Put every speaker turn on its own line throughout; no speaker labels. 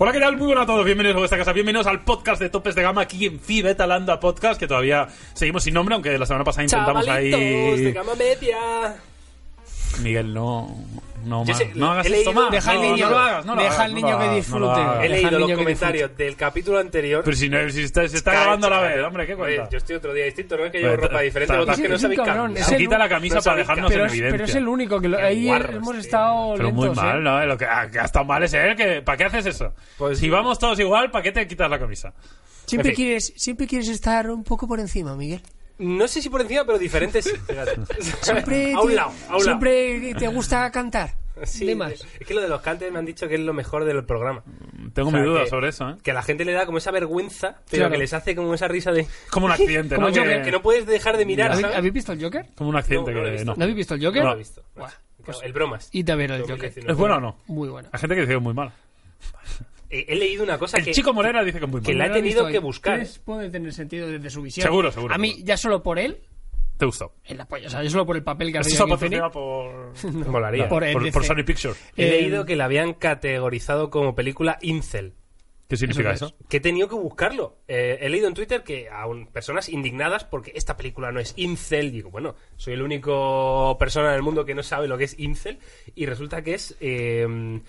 Hola, ¿qué tal? Muy buenas a todos, bienvenidos a vuestra casa, bienvenidos al podcast de Topes de Gama aquí en Fibetalanda Podcast, que todavía seguimos sin nombre, aunque la semana pasada intentamos
Chavalitos de
ahí... Ah.
gama media.
Miguel, no... No,
Yo
ma-
sé,
no hagas
he
esto
leído-
más.
Deja al
no,
niño,
no lo hagas, no lo
deja
hagas,
al
no
niño
lo
que
hagas,
disfrute.
no lo hagas.
He
Deja al
leído los
niño que
comentarios del capítulo anterior.
Pero si, no, si está- se está grabando a la vez, hombre, ¿qué
Joder,
Eh,
cuenta? Pues, eh,
Yo estoy otro día distinto, no es que llevo
Joder,
ropa
ta-
diferente,
ta-
vosotros
ta-
que no
es un
sabéis
cabrón,
cambiar.
es
Se
el-
quita la camisa
no
para
sabéis
dejarnos en
cambiar.
Pero es,
evidencia. este
pero es el único que lo- ahí
guarros,
hemos
tío.
estado
Pero muy
lentos.
mal,
¿eh?
¿no? Lo que, ah, que ha estado mal es él. Que, ¿Para qué haces eso?
Pues
si
sí.
vamos todos igual, ¿para qué te quitas la camisa?
Siempre
En fin.
quieres, siempre quieres estar un poco por encima, Miguel.
No sé si por encima, pero diferente sí. fíjate.
Siempre,
a un
te,
lado, a un lado.
siempre te gusta cantar.
Sí,
de más.
Es que lo de los cantes me han dicho que es lo mejor del programa.
Mm,
Tengo
O sea,
mi duda
que-
sobre eso, ¿eh?
Que a la gente le da como esa vergüenza, pero
Claro.
que les hace como esa risa de.
Como un accidente,
Como
¿no?
yo,
que,
Que no puedes dejar de mirar,
¿Habéis,
¿sabes?
habéis visto el Joker?
Como un accidente
No, no lo he
que
visto.
no.
¿No habéis visto el Joker?
No lo he visto.
Buah, pues-
el bromas.
Y te ver el Joker.
2019.
¿Es bueno o no?
Muy bueno.
Hay gente que dice que es muy mal.
Eh, He leído una cosa
El
que.
chico Morera dice que es muy
que
mal.
la he
No lo
tenido
visto
que
ahí.
buscar.
Tres puede tener sentido desde su visión.
Seguro, seguro,
A mí,
seguro.
ya solo por él,
¿Te gustó?
en la polla. O sea, yo solo por el papel que ha
Esto
hecho
está
en Infinity.
patrocinado por...
Molaría.
Por-
por,
NBC.
por Sony Pictures.
He
Eh,
leído que la habían categorizado como película incel.
¿Qué significa
eso
eso?
es.
Que he tenido que buscarlo. Eh, he leído en Twitter que a un- personas indignadas porque esta película no es incel. Digo, bueno, soy el único persona en el mundo que no sabe lo que es incel. Y resulta que es eh,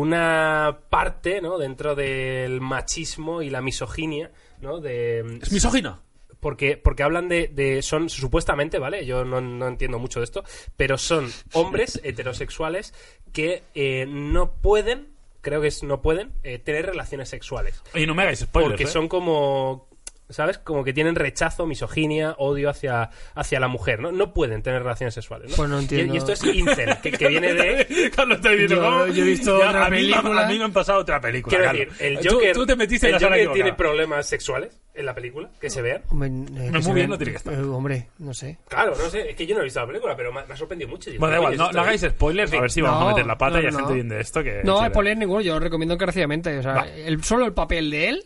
una parte ¿no? dentro del machismo y la misoginia. ¿no? De,
¿Es misógino?
porque, porque hablan de, de- Son supuestamente, ¿vale? Yo no, no entiendo mucho de esto, pero son hombres heterosexuales que eh, no pueden, creo que es no pueden, eh, tener relaciones sexuales.
Oye, no me hagáis spoilers,
Porque
¿eh?
son como. ¿Sabes? Como que tienen rechazo, misoginia, odio hacia, hacia la mujer, ¿no? No pueden tener relaciones sexuales, ¿no?
Pues no
Y-
entiendo.
Y, esto es incel, que, que viene de.
Carlos está diciendo,
Yo-
¿cómo?
yo he visto
Ya,
otra
a mí me-
película.
a mí me han pasado otra película.
Quiero decir,
Carlos.
el
Tú-
Joker.
Tú, te metiste en
el
la sala
Joker tiene
equivocada.
problemas sexuales en la película, que se vean.
Hombre, eh,
No,
que
muy
se
bien
vean-
no tiene que estar.
eh, hombre, no sé.
Claro, no sé, es que yo no he visto la película, pero me, me ha sorprendido mucho. Digo,
Bueno, da
"Coño,
igual, no,
esto
no
es".
hagáis spoilers, a ver si vamos a
No,
meter la pata
no,
y hay
no.
gente bien de esto que...
No,
sí,
hay spoiler ninguno, yo lo recomiendo encarecidamente. O sea,
Va.
el, solo el papel de él,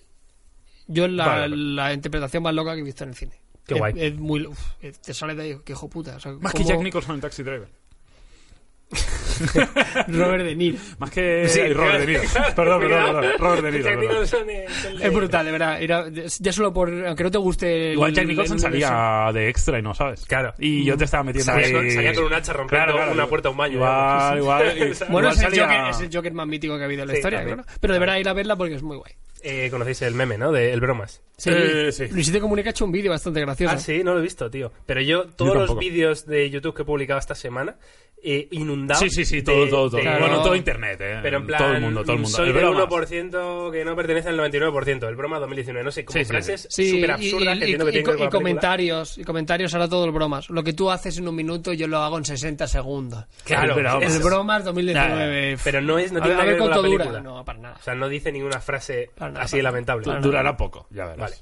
yo es la,
Vale, vale.
la interpretación más loca que he visto en el cine.
Qué
Es-
guay.
Es muy, uf, es- te sale de ahí, que hijo puta. o sea,
Más
como
que Jack Nicholson en Taxi Driver.
Robert De Niro.
Más que
Sí,
Robert De Niro. Perdón, perdón, perdón. Robert De Niro.
Jack
perdón.
Nicholson es el de-
Es brutal, de verdad. Era, ya solo por. Aunque no te guste. el-
Igual Jack Nicholson
el-
salía de extra y no sabes.
Claro.
Y yo te estaba metiendo
Salía
ahí-
con- salía con un hacha rompiendo una puerta a un baño,
Igual, igual.
¿sabes?
Bueno,
igual
es el,
salía-
Joker, es el Joker más mítico que ha habido en la
Sí,
historia.
también.
claro. Pero de verdad ir a verla porque es muy guay.
Eh, Conocéis el meme, ¿no? De El Bromas.
Eh, sí.
Luisito Comunica ha hecho un vídeo bastante gracioso.
Ah, sí, no lo he visto, tío. Pero yo, todos los
tampoco.
vídeos de YouTube que he publicado esta semana, eh, inundado.
Sí, sí, sí, todo,
de-
todo, todo.
de-
Claro.
Bueno, todo internet, eh.
Pero en plan,
todo el mundo, todo el mundo.
soy
El
del
broma.
1% que no pertenece al 99%, el broma 2019, no sé, como
Sí, sí,
frases
Sí,
súper
y-
absurdas que
y, y-
entiendo que tienen
y-
que ver con
y
la película.
comentarios, y comentarios ahora todo el bromas. Lo que tú haces en un minuto yo lo hago en 60 segundos.
Claro,
Pero vamos.
eso
El
es-
bromas 2019.
Pero no es, no
A
tiene
ver-
nada
a
que
ver
ver con la
cuánto dura.
película.
No, para nada.
O sea, no dice ninguna frase
Para nada,
así de
para-
lamentable.
para nada.
Durará poco, ya verás.
Vale.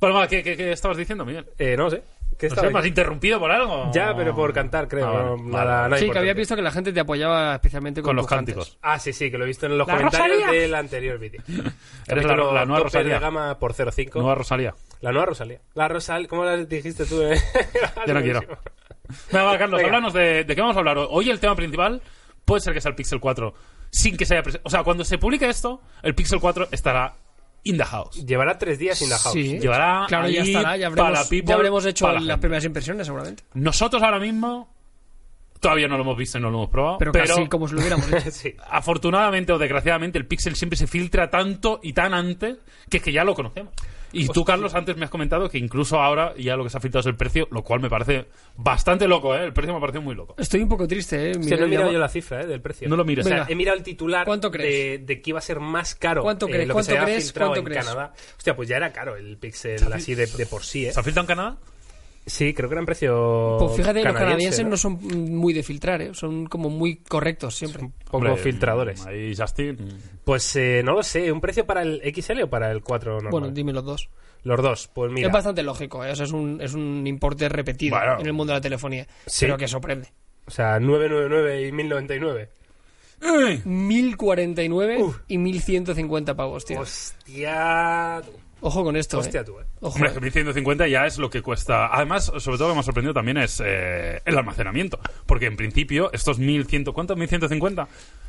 Bueno, va, ¿qué, qué, qué estabas diciendo, Miguel?
Eh, no sé. ¿Qué
No
estaba
sé, ¿Me has
diciendo?
interrumpido por algo?
Ya, pero por cantar, creo,
Ah, vale,
no,
vale.
nada, nada
sí, que
importante.
había visto que la gente te apoyaba especialmente con,
Con los
tus cantes.
cánticos.
Ah, sí, sí, que lo he visto en los
¡La
comentarios
Rosalía!
del anterior vídeo.
Eres la,
Capítulo
la nueva
tope de
Rosalía.
gama por 05.
Nueva Rosalía.
La nueva Rosalía. La Rosal, ¿cómo la dijiste tú? eh?
Yo no quiero. Venga, va, Carlos,
Venga.
háblanos de, de qué vamos a hablar hoy. Hoy el tema principal puede ser que sea el Pixel 4 sin que se haya... pres- O sea, cuando se publique esto, el Pixel 4 estará in the house.
Llevará tres días sin la house.
Sí.
Llevará
Claro, ya
ahí
estará, ya
para
habremos,
people,
ya habremos hecho
para la
las
gente.
primeras impresiones seguramente.
Nosotros ahora mismo todavía no lo hemos visto y no lo hemos probado,
Pero,
pero,
casi como si lo hubiéramos hecho.
Sí.
afortunadamente o desgraciadamente el Pixel siempre se filtra tanto y tan antes que es que ya lo conocemos. Y tú, Carlos, antes me has comentado que incluso ahora ya lo que se ha filtrado es el precio, lo cual me parece bastante loco, ¿eh? El precio me ha parecido muy loco.
Estoy un poco triste, eh.
Es que no he
Miguel,
mirado
ya-
yo la cifra eh, del precio.
No lo mires.
O sea,
Venga.
he mirado el titular
¿Cuánto
De,
crees?
de que iba a ser más caro.
¿Cuánto
eh,
crees?
lo que se
¿Cuánto
había
crees?
filtrado
¿Cuánto
en
crees?
Canadá. Hostia, pues ya era caro el Pixel así de, de por sí, ¿eh?
¿Se ha filtrado en Canadá?
Sí, creo que eran precios.
Pues fíjate, los canadienses
¿no?
no son muy de filtrar, ¿eh? son como muy correctos siempre.
Poco
Hombre,
filtradores.
Ahí, Justin.
Pues eh, no lo sé, ¿un precio para el XL o para el 4 normal?
Bueno, dime los dos.
Los dos, pues mira.
Es bastante lógico, ¿eh? O sea, es un, es un importe repetido
Bueno.
en el mundo de la telefonía,
Sí.
pero que sorprende.
O sea, 999 y 1099.
1049 y 1150 pavos, tío.
Hostia. tú.
Ojo con esto,
Hostia,
¿eh?
tú, eh.
Ojo.
Hombre, es que 1150 ya es lo que cuesta. Además, sobre todo lo que me ha sorprendido también es eh, el almacenamiento. Porque en principio, estos 1100, ¿cuánto? 1150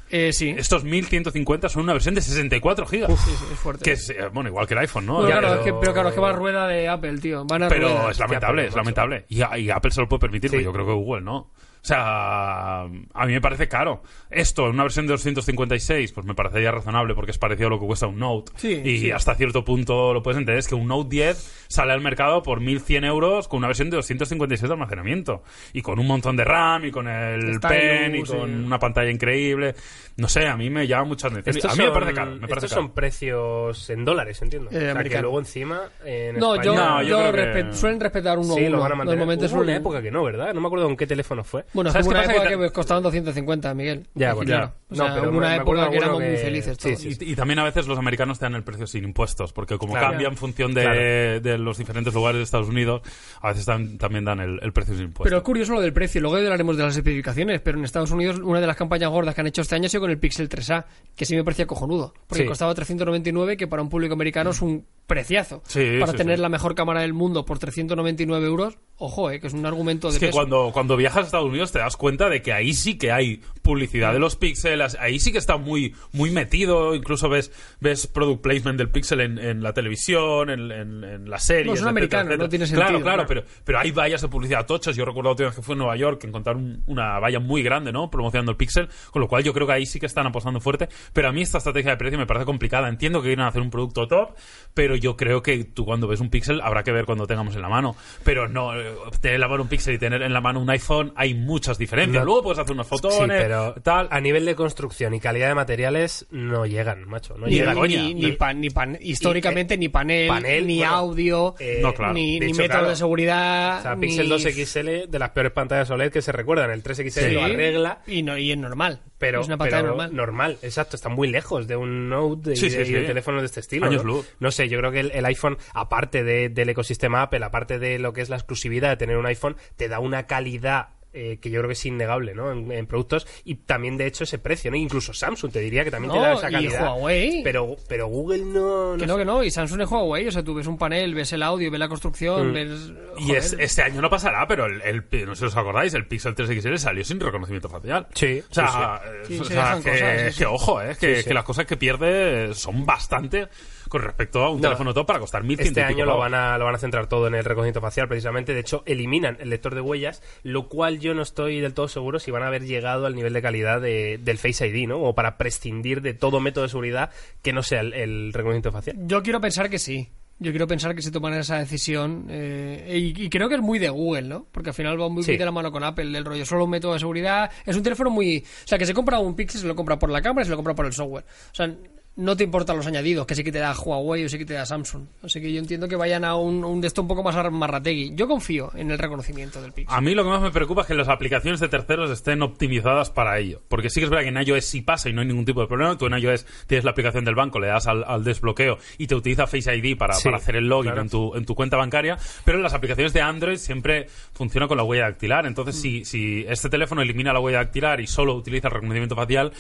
Eh, sí.
Estos 1150 son una versión de 64 gigas.
Sí, sí, es fuerte.
que es, eh, bueno, igual que el iPhone, ¿no?
Bueno,
Ya,
claro,
pero-
es que, pero claro, es que va a rueda de Apple, tío. Van a
pero
rueda.
es lamentable,
Ya, pero,
es lamentable. Y, a- y Apple se lo puede permitir,
Sí.
pero yo creo que Google no. O sea, a mí me parece caro. Esto, en una versión de 256, pues me parecería razonable porque es parecido a lo que cuesta un Note.
Sí,
y
sí.
hasta cierto punto lo puedes entender. Es que un Note 10 sale al mercado por 1.100 euros con una versión de 256 de almacenamiento. Y con un montón de RAM, y con el
Stylus,
Pen, y con
sí.
una pantalla increíble. No sé, a mí me llama mucha atención.
Estos
A mí me
son-
parece caro. Me parece
estos
caro.
son precios en dólares, entiendo.
Eh,
o sea, que
americano.
luego encima en
No, yo,
España-
No, yo
yo
creo que-
respet- suelen respetar uno
sí, lo
a uno.
van a mantener.
Normalmente
Hubo
suelen...
una época que no, ¿verdad? No me acuerdo con qué teléfono fue.
Bueno,
¿Sabes
hubo
qué
una
pasa?
época
Que
que,
ta-
costaban 250, Miguel.
Ya,
Aquí,
bueno,
claro.
ya. No,
O sea,
pero
hubo
me-
una
me acuerdo
época que
alguno
éramos
que-
muy felices
sí,
todos.
sí,
Y, y también a veces los americanos te dan el precio sin impuestos, porque como
Claro.
cambia en función de,
Claro.
de los diferentes lugares de Estados Unidos, a veces dan- también dan el, el precio sin
Pero
impuestos.
es curioso lo del precio, luego hablaremos de las especificaciones, pero en Estados Unidos una de las campañas gordas que han hecho este año ha sido con el Pixel 3A, que sí me parecía cojonudo, porque
Sí.
costaba 399, que para un público americano es un preciazo.
Sí,
para
sí,
tener
sí.
la mejor cámara del mundo por 399 euros, ojo, eh, que es un argumento de
es que
peso.
cuando, cuando viajas a Estados Unidos te das cuenta de que ahí sí que hay publicidad de los píxeles, ahí sí que está muy, muy metido, incluso ves, ves product placement del píxel en, en la televisión, en, en- en las series.
No, son
etcétera,
americanos,
etcétera.
no tiene
Claro,
sentido,
claro,
claro.
pero, pero hay vallas de publicidad tochas. Yo recuerdo la última vez que fue en Nueva York que encontraron un- una valla muy grande, ¿no? Promocionando el Pixel, con lo cual yo creo que ahí sí que están apostando fuerte. Pero a mí esta estrategia de precio me parece complicada. Entiendo que quieren hacer un producto top, pero yo creo que tú cuando ves un Pixel habrá que ver cuando tengamos en la mano. Pero no, eh, tener en la mano un Pixel y tener en la mano un iPhone hay muchas diferencias.
No.
Luego puedes hacer unas fotones,
sí, pero
tal.
a nivel de construcción y calidad de materiales no llegan, macho. No
Ni
llegan.
de coña.
ni, ni pan- ni pan- históricamente ni panel,
eh, panel,
ni
bueno,
audio,
eh,
No, claro.
ni,
de
ni
hecho,
método
claro.
de seguridad.
O sea, Pixel
ni-
2 XL de las peores pantallas OLED que se recuerdan. El 3 XL
Sí.
lo arregla,
Y, no, y es normal.
pero
es una pantalla
pero
normal.
exacto. Están muy lejos de un Note y,
Sí,
de,
sí,
y de
sí.
teléfonos de este estilo.
Años
¿no?
luz.
No sé, yo creo que el, el iPhone, aparte de- del ecosistema Apple, aparte de lo que es la exclusividad de tener un iPhone, te da una calidad. eh, que yo creo que es innegable, ¿no? En, en productos y también de hecho ese precio, ¿no? Incluso Samsung te diría que también te
No,
da esa
y
calidad.
Huawei.
Pero, pero Google no.
Que
no
no, que no, y Samsung es Huawei, o sea, tú ves un panel, ves el audio, ves la construcción, ves...
Mm. Y
joder.
es- este año no pasará, pero el, el- no sé si os acordáis, el Pixel 3 XL salió sin reconocimiento facial.
Sí,
O sea, eh,
sí,
Sí,
o
se
sea,
dejan
que,
cosas, sí,
que
sí.
ojo, eh, que,
Sí, sí.
que las cosas que pierde son bastante con respecto a un
No.
teléfono top para costar 1.100
Este año lo van, a, lo van a centrar todo en el reconocimiento facial, precisamente. De hecho, eliminan el lector de huellas, lo cual yo no estoy del todo seguro si van a haber llegado al nivel de calidad de- del Face ID, ¿no? O para prescindir de todo método de seguridad que no sea el, el reconocimiento facial.
Yo quiero pensar que sí. Yo quiero pensar que se toman esa decisión. eh, y, y creo que es muy de Google, ¿no? Porque al final va muy
Sí.
de la mano con Apple, el rollo. Solo un método de seguridad. Es un teléfono muy. O sea, que se compra un Pixel, se lo compra por la cámara y se lo compra por el software. O sea, no te importan los añadidos, que sí que te da Huawei o sí que te da Samsung. Así que yo entiendo que vayan a un, un de esto un poco más marrategui. Yo confío en el reconocimiento del Pixel.
A mí lo que más me preocupa es que las aplicaciones de terceros estén optimizadas para ello. Porque sí que es verdad que en iOS sí pasa y no hay ningún tipo de problema. Tú en iOS tienes la aplicación del banco, le das al, al desbloqueo y te utiliza Face ID para,
Sí,
para hacer el login
claro.
en, tu, en tu cuenta bancaria. Pero en las aplicaciones de Android siempre funciona con la huella dactilar. Entonces, si,
Mm.
si este teléfono elimina la huella dactilar y solo utiliza el reconocimiento facial,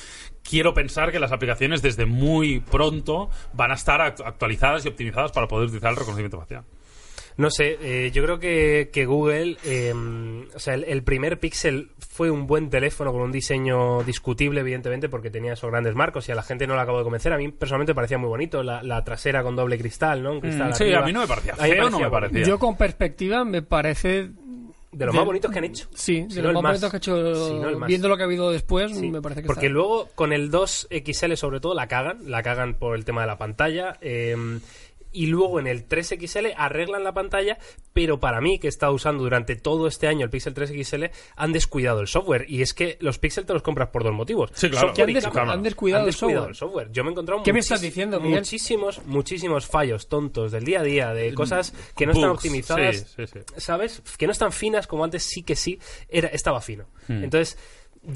quiero pensar que las aplicaciones desde muy pronto van a estar act- actualizadas y optimizadas para poder utilizar el reconocimiento facial.
No sé, eh, yo creo que, que Google, eh, o sea, el, el primer Pixel fue un buen teléfono con un diseño discutible, evidentemente, porque tenía esos grandes marcos y a la gente no la acabo de convencer. A mí personalmente me parecía muy bonito la, la trasera con doble cristal, ¿no? Un cristal
Mm, sí,
arriba.
a mí no me parecía
A mí
feo, no me
bonito.
parecía.
Yo con perspectiva me parece
De los
De-
más bonitos que han hecho.
Sí, de
Si no
los
el
más bonitos que he hecho,
Si no el más.
viendo lo que ha habido después,
Sí,
me parece que
Porque
está.
luego con el 2XL sobre todo la cagan, la cagan por el tema de la pantalla. eh, y luego en el 3XL arreglan la pantalla, pero para mí, que he estado usando durante todo este año el Pixel 3XL, han descuidado el software. Y es que los Pixel te los compras por dos motivos.
Sí, claro.
Software
Que
y
han des-
cámara.
han
descuidado
Han
el software.
el software. Yo me he encontrado
¿Qué me
muchis-
estás diciendo, Miguel? Mm,
muchísimos, muchísimos fallos tontos del día a día, de cosas que no están
Bugs,
optimizadas.
sí, sí, sí.
¿sabes? Que no es tan finas como antes, sí que sí, era, estaba fino. Entonces,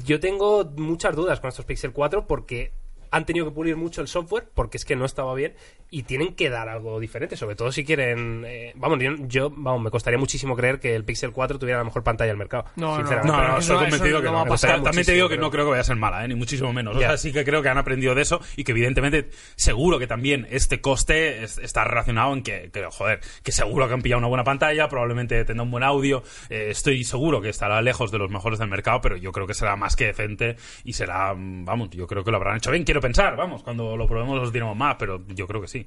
yo tengo muchas dudas con estos Pixel 4 porque han tenido que pulir mucho el software porque es que no estaba bien y tienen que dar algo diferente, sobre todo si quieren... eh, vamos, yo, yo- vamos, me costaría muchísimo creer que el Pixel 4 tuviera la mejor pantalla del mercado.
No, no,
sinceramente.
No, no,
Pero
estoy
eso-
convencido
eso
que
no
no.
va a
O sea,
pasar
también te
muchísimo,
digo que
pero-
no creo que vaya a ser mala, ¿eh? ni muchísimo menos.
Ya.
O sea, sí que creo que han aprendido de eso y que evidentemente seguro que también este coste es- está relacionado en que, que, joder, que seguro que han pillado una buena pantalla, probablemente tendrá un buen audio. Eh, estoy seguro que estará lejos de los mejores del mercado, pero yo creo que será más que decente y será, mm, vamos, yo creo que lo habrán hecho bien. Quiero pensar, vamos, cuando lo probemos los diremos más, pero yo creo que sí.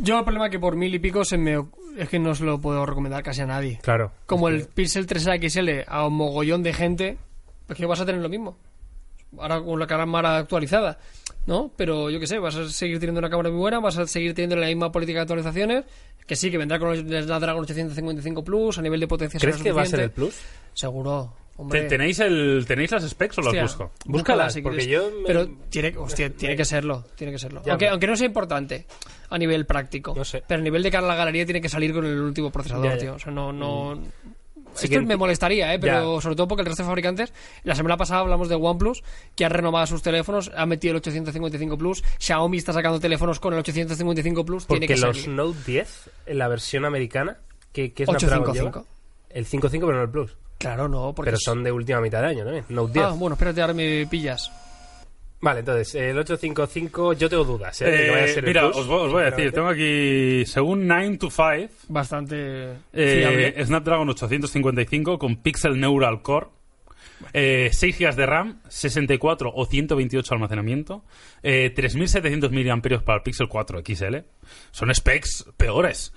Yo el problema que por mil y pico se me... es que no os lo puedo recomendar casi a nadie.
Claro.
Como el Pixel 3A XL a un mogollón de gente, pues que vas a tener lo mismo. Ahora con la cámara actualizada, ¿no? Pero yo qué sé, vas a seguir teniendo una cámara muy buena, vas a seguir teniendo la misma política de actualizaciones, que sí, que vendrá con el Snapdragon 855 Plus, a nivel de potencia
¿Crees
será
que va a ser el
suficiente.
Plus?
Seguro,
¿Te-
hombre.
¿Tenéis, el, ¿Tenéis las specs o las
Hostia,
busco?
Búscalas,
si
porque
quieres.
yo me-
Pero tiene, hostia, tiene que serlo, tiene que serlo.
Ya,
aunque,
pero-
aunque no sea importante a nivel práctico.
No sé.
Pero a nivel de cara a la galería tiene que salir con el último procesador,
Ya, ya.
tío. O sea, no... no...
Sí
Esto
que-
me molestaría, ¿eh? pero
Ya.
sobre todo porque el resto de fabricantes, la semana pasada hablamos de OnePlus, que ha renovado sus teléfonos, ha metido el 855 Plus, Xiaomi está sacando teléfonos con el 855 Plus, tiene
Porque
que
los
salir.
Note 10, en la versión americana, que, que es
855.
El 5.5, pero no el Plus.
Claro, no, porque...
Pero
es-
son de última mitad de año también. Note 10.
Ah, bueno, espérate, ahora me pillas.
Vale, entonces, el 855, yo tengo dudas, ¿eh? de que vaya a
Eh,
ser el
mira,
Plus.
os, vo- os voy a decir, tengo aquí, según 9 to 5,
Bastante...
Eh,
fiable.
Snapdragon 855 con Pixel Neural Core. eh, 6 GB de RAM, 64 o 128 de almacenamiento, eh, 3.700 mAh para el Pixel 4 XL. Son specs peores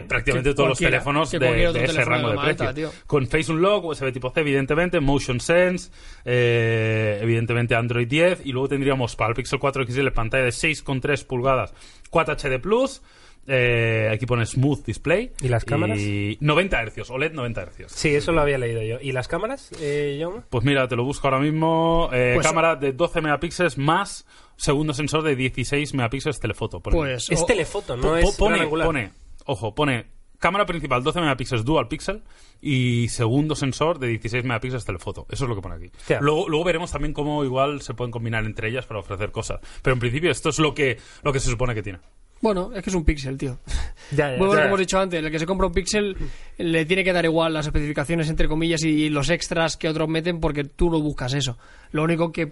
que prácticamente
que
todos los
cualquiera,
teléfonos
que
de,
cualquier
de
otro
ese
teléfono de
rango de
gama alta,
precio.
tío.
Con Face Unlock, USB tipo C, evidentemente, Motion Sense, eh, evidentemente Android 10, y luego tendríamos para el Pixel 4 XL pantalla de 6,3 pulgadas, 4HD Plus. eh, aquí pone Smooth Display.
¿Y las cámaras?
Y 90 Hz, OLED 90 Hz.
Sí, eso lo había leído yo. ¿Y las cámaras, eh, Jaume?
Pues mira, te lo busco ahora mismo. Eh,
Pues-
cámara de 12 megapíxeles más segundo sensor de 16 megapíxeles telefoto. pone.
Pues...
Es
o-
telefoto, no
Po-
es
po- pone,
gran angular.
pone, ojo, pone cámara principal 12 megapíxeles dual pixel y segundo sensor de 16 megapíxeles telefoto. Eso es lo que pone aquí.
Hostia.
Luego, luego veremos también cómo igual se pueden combinar entre ellas para ofrecer cosas. Pero en principio esto es lo que, lo que se supone que tiene.
Bueno, es que es un pixel, tío.
Ya, ya,
Bueno,
Eh, ya.
como hemos dicho antes, el que se compra un Pixel le tiene que dar igual las especificaciones, entre comillas, y, y los extras que otros meten porque tú no buscas eso. Lo único que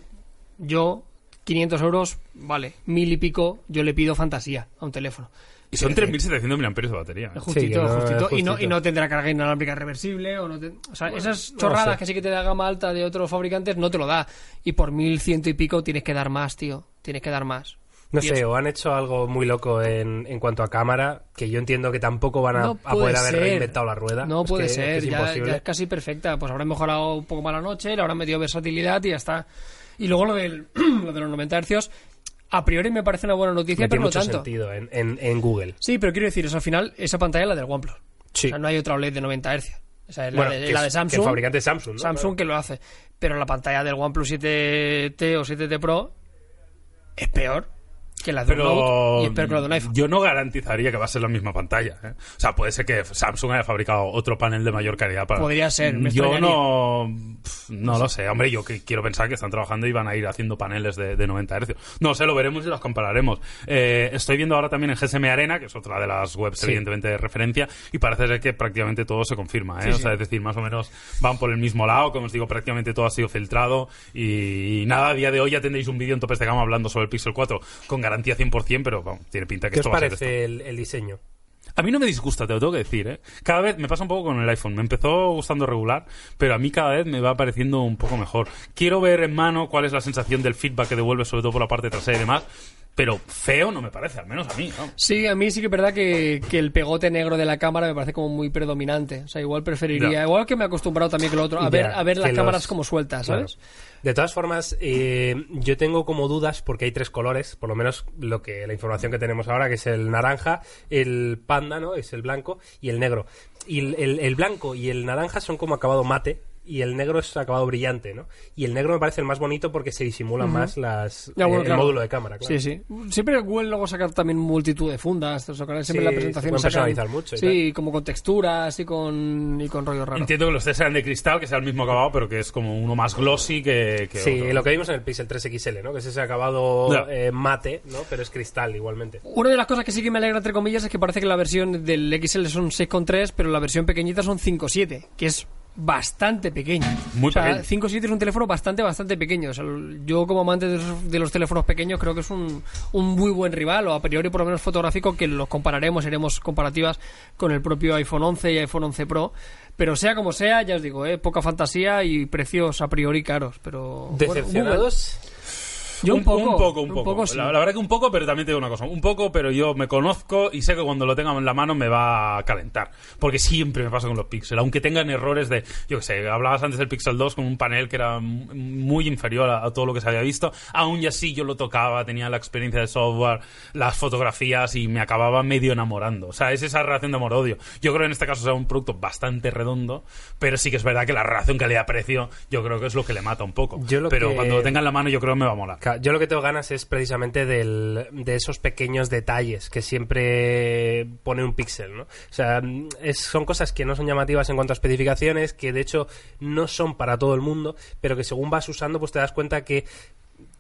yo, 500 euros, vale, mil y pico, yo le pido fantasía a un teléfono.
Y son 3.700 miliamperios de batería. ¿eh?
Es justito,
Sí, que no,
es justito.
es
Y, no,
justito.
y no tendrá carga inalámbrica reversible. O, no te- o sea, esas chorradas
no sé.
que sí que te da gama alta de otros fabricantes no te lo da. Y por mil ciento y pico tienes que dar más, tío. Tienes que dar más.
No
Y
sé, o han hecho algo muy loco en, en cuanto a cámara, que yo entiendo que tampoco van a,
No
a poder
puede
haber
ser.
reinventado la rueda.
No
Es
puede
que- es que
ser,
es
ya,
imposible.
ya es casi perfecta. Pues habrán mejorado un poco más la noche, le habrán metido versatilidad y ya está. Y luego lo, del, lo de los 90 hercios, a priori me parece una buena noticia,
Le tiene
pero no
mucho
tanto.
sentido en, en, en Google.
Sí, pero quiero decir, eso al final, esa pantalla es la del OnePlus.
Sí.
O sea, no hay otra OLED de 90 hercios. O sea, es la,
Bueno,
de,
que
la
es-
de Samsung.
que el fabricante es Samsung, ¿no?
Samsung que lo hace. Pero la pantalla del OnePlus 7T o 7T Pro es peor que la de un Note
Pero
y es peor que la de un iPhone.
yo no garantizaría que va a ser la misma pantalla. ¿eh? O sea, puede ser que Samsung haya fabricado otro panel de mayor calidad para...
Podría ser, me
yo
extrañaría.
no... pf, No lo sé. Hombre, yo que quiero pensar que están trabajando y van a ir haciendo paneles de, de 90 Hz. No sé, lo veremos y los compararemos. Eh, estoy viendo ahora también en GSM Arena, que es otra de las webs
Sí.
evidentemente de referencia, y parece ser que prácticamente todo se confirma. ¿eh?
Sí,
o
sí.
sea, es decir, más o menos van por el mismo lado. Como os digo, prácticamente todo ha sido filtrado. Y, y nada, a día de hoy ya tendréis un vídeo en topes de gama hablando sobre el Pixel 4 con garantía 100%, pero vamos, tiene pinta que
¿Qué os
esto va a ser esto.
parece el, el diseño?
A mí no me disgusta, te lo tengo que decir. ¿eh? Cada vez me pasa un poco con el iPhone. Me empezó gustando regular, pero a mí cada vez me va pareciendo un poco mejor. Quiero ver en mano cuál es la sensación del feedback que devuelve, sobre todo por la parte trasera y demás. Pero feo no me parece, al menos a mí. vamos.
Sí, a mí sí que es verdad que, que el pegote negro de la cámara me parece como muy predominante. O sea, igual preferiría,
Ya.
igual que me he acostumbrado también que lo otro, a ver,
Ya,
a ver las
que
cámaras
los-
como sueltas, ¿sabes?
Claro. De todas formas, eh, yo tengo como dudas porque hay tres colores, por lo menos lo que la información que tenemos ahora, que es el naranja, el panda, ¿no? Es el blanco y el negro. Y el, el- el blanco y el naranja son como acabado mate, y el negro es acabado brillante, ¿no? Y el negro me parece el más bonito porque se disimula
Ujú.
más las,
Ya,
eh,
bueno,
el
claro.
módulo de cámara, claro.
Sí, sí. Siempre Google luego sacar también multitud de fundas. o sea, Siempre
Sí,
en la
se
presentación
pueden
sacan-
personalizar mucho y
Sí, como con texturas y con, y con rollo raro.
Entiendo que los tres sean de cristal, que sea el mismo acabado, pero que es como uno más glossy que, que
Sí,
otro.
lo que vimos en el Pixel 3XL, ¿no? Que es ese acabado
Ya.
eh, mate, ¿no? Pero es cristal igualmente.
Una de las cosas que sí que me alegra, entre comillas, es que parece que la versión del XL son 6,3, pero la versión pequeñita son 5,7, que es bastante pequeño.
Muy
o sea,
pequeño.
5,7 es un teléfono bastante, bastante pequeño. O sea, yo, como amante de los, de los teléfonos pequeños, creo que es un, un muy buen rival, o a priori por lo menos fotográfico, que los compararemos, haremos comparativas con el propio iPhone 11 y iPhone 11 Pro. Pero sea como sea, ya os digo, eh, poca fantasía y precios a priori caros. Pero bueno, Google-
¿Decepcionados?
yo un, poco,
un poco, un poco.
sí.
la, la verdad que un poco, pero también te digo una cosa. Un poco, pero yo me conozco y sé que cuando lo tenga en la mano me va a calentar. Porque siempre me pasa con los Pixel. Aunque tengan errores de, yo qué sé, hablabas antes del Pixel 2 con un panel que era m- muy inferior a, a todo lo que se había visto. Aún y así yo lo tocaba, tenía la experiencia del software, las fotografías y me acababa medio enamorando. O sea, es esa relación de amor-odio. Yo creo que en este caso será un producto bastante redondo, pero sí que es verdad que la relación calidad-precio yo creo que es lo que le mata un poco.
Yo lo
pero
que-
cuando lo tenga en la mano yo creo que me va a molar.
Ca- Yo lo que tengo ganas es precisamente del- de esos pequeños detalles que siempre pone un píxel, ¿no? O sea, mm, es- son cosas que no son llamativas en cuanto a especificaciones, que de hecho no son para todo el mundo, pero que según vas usando, pues te das cuenta que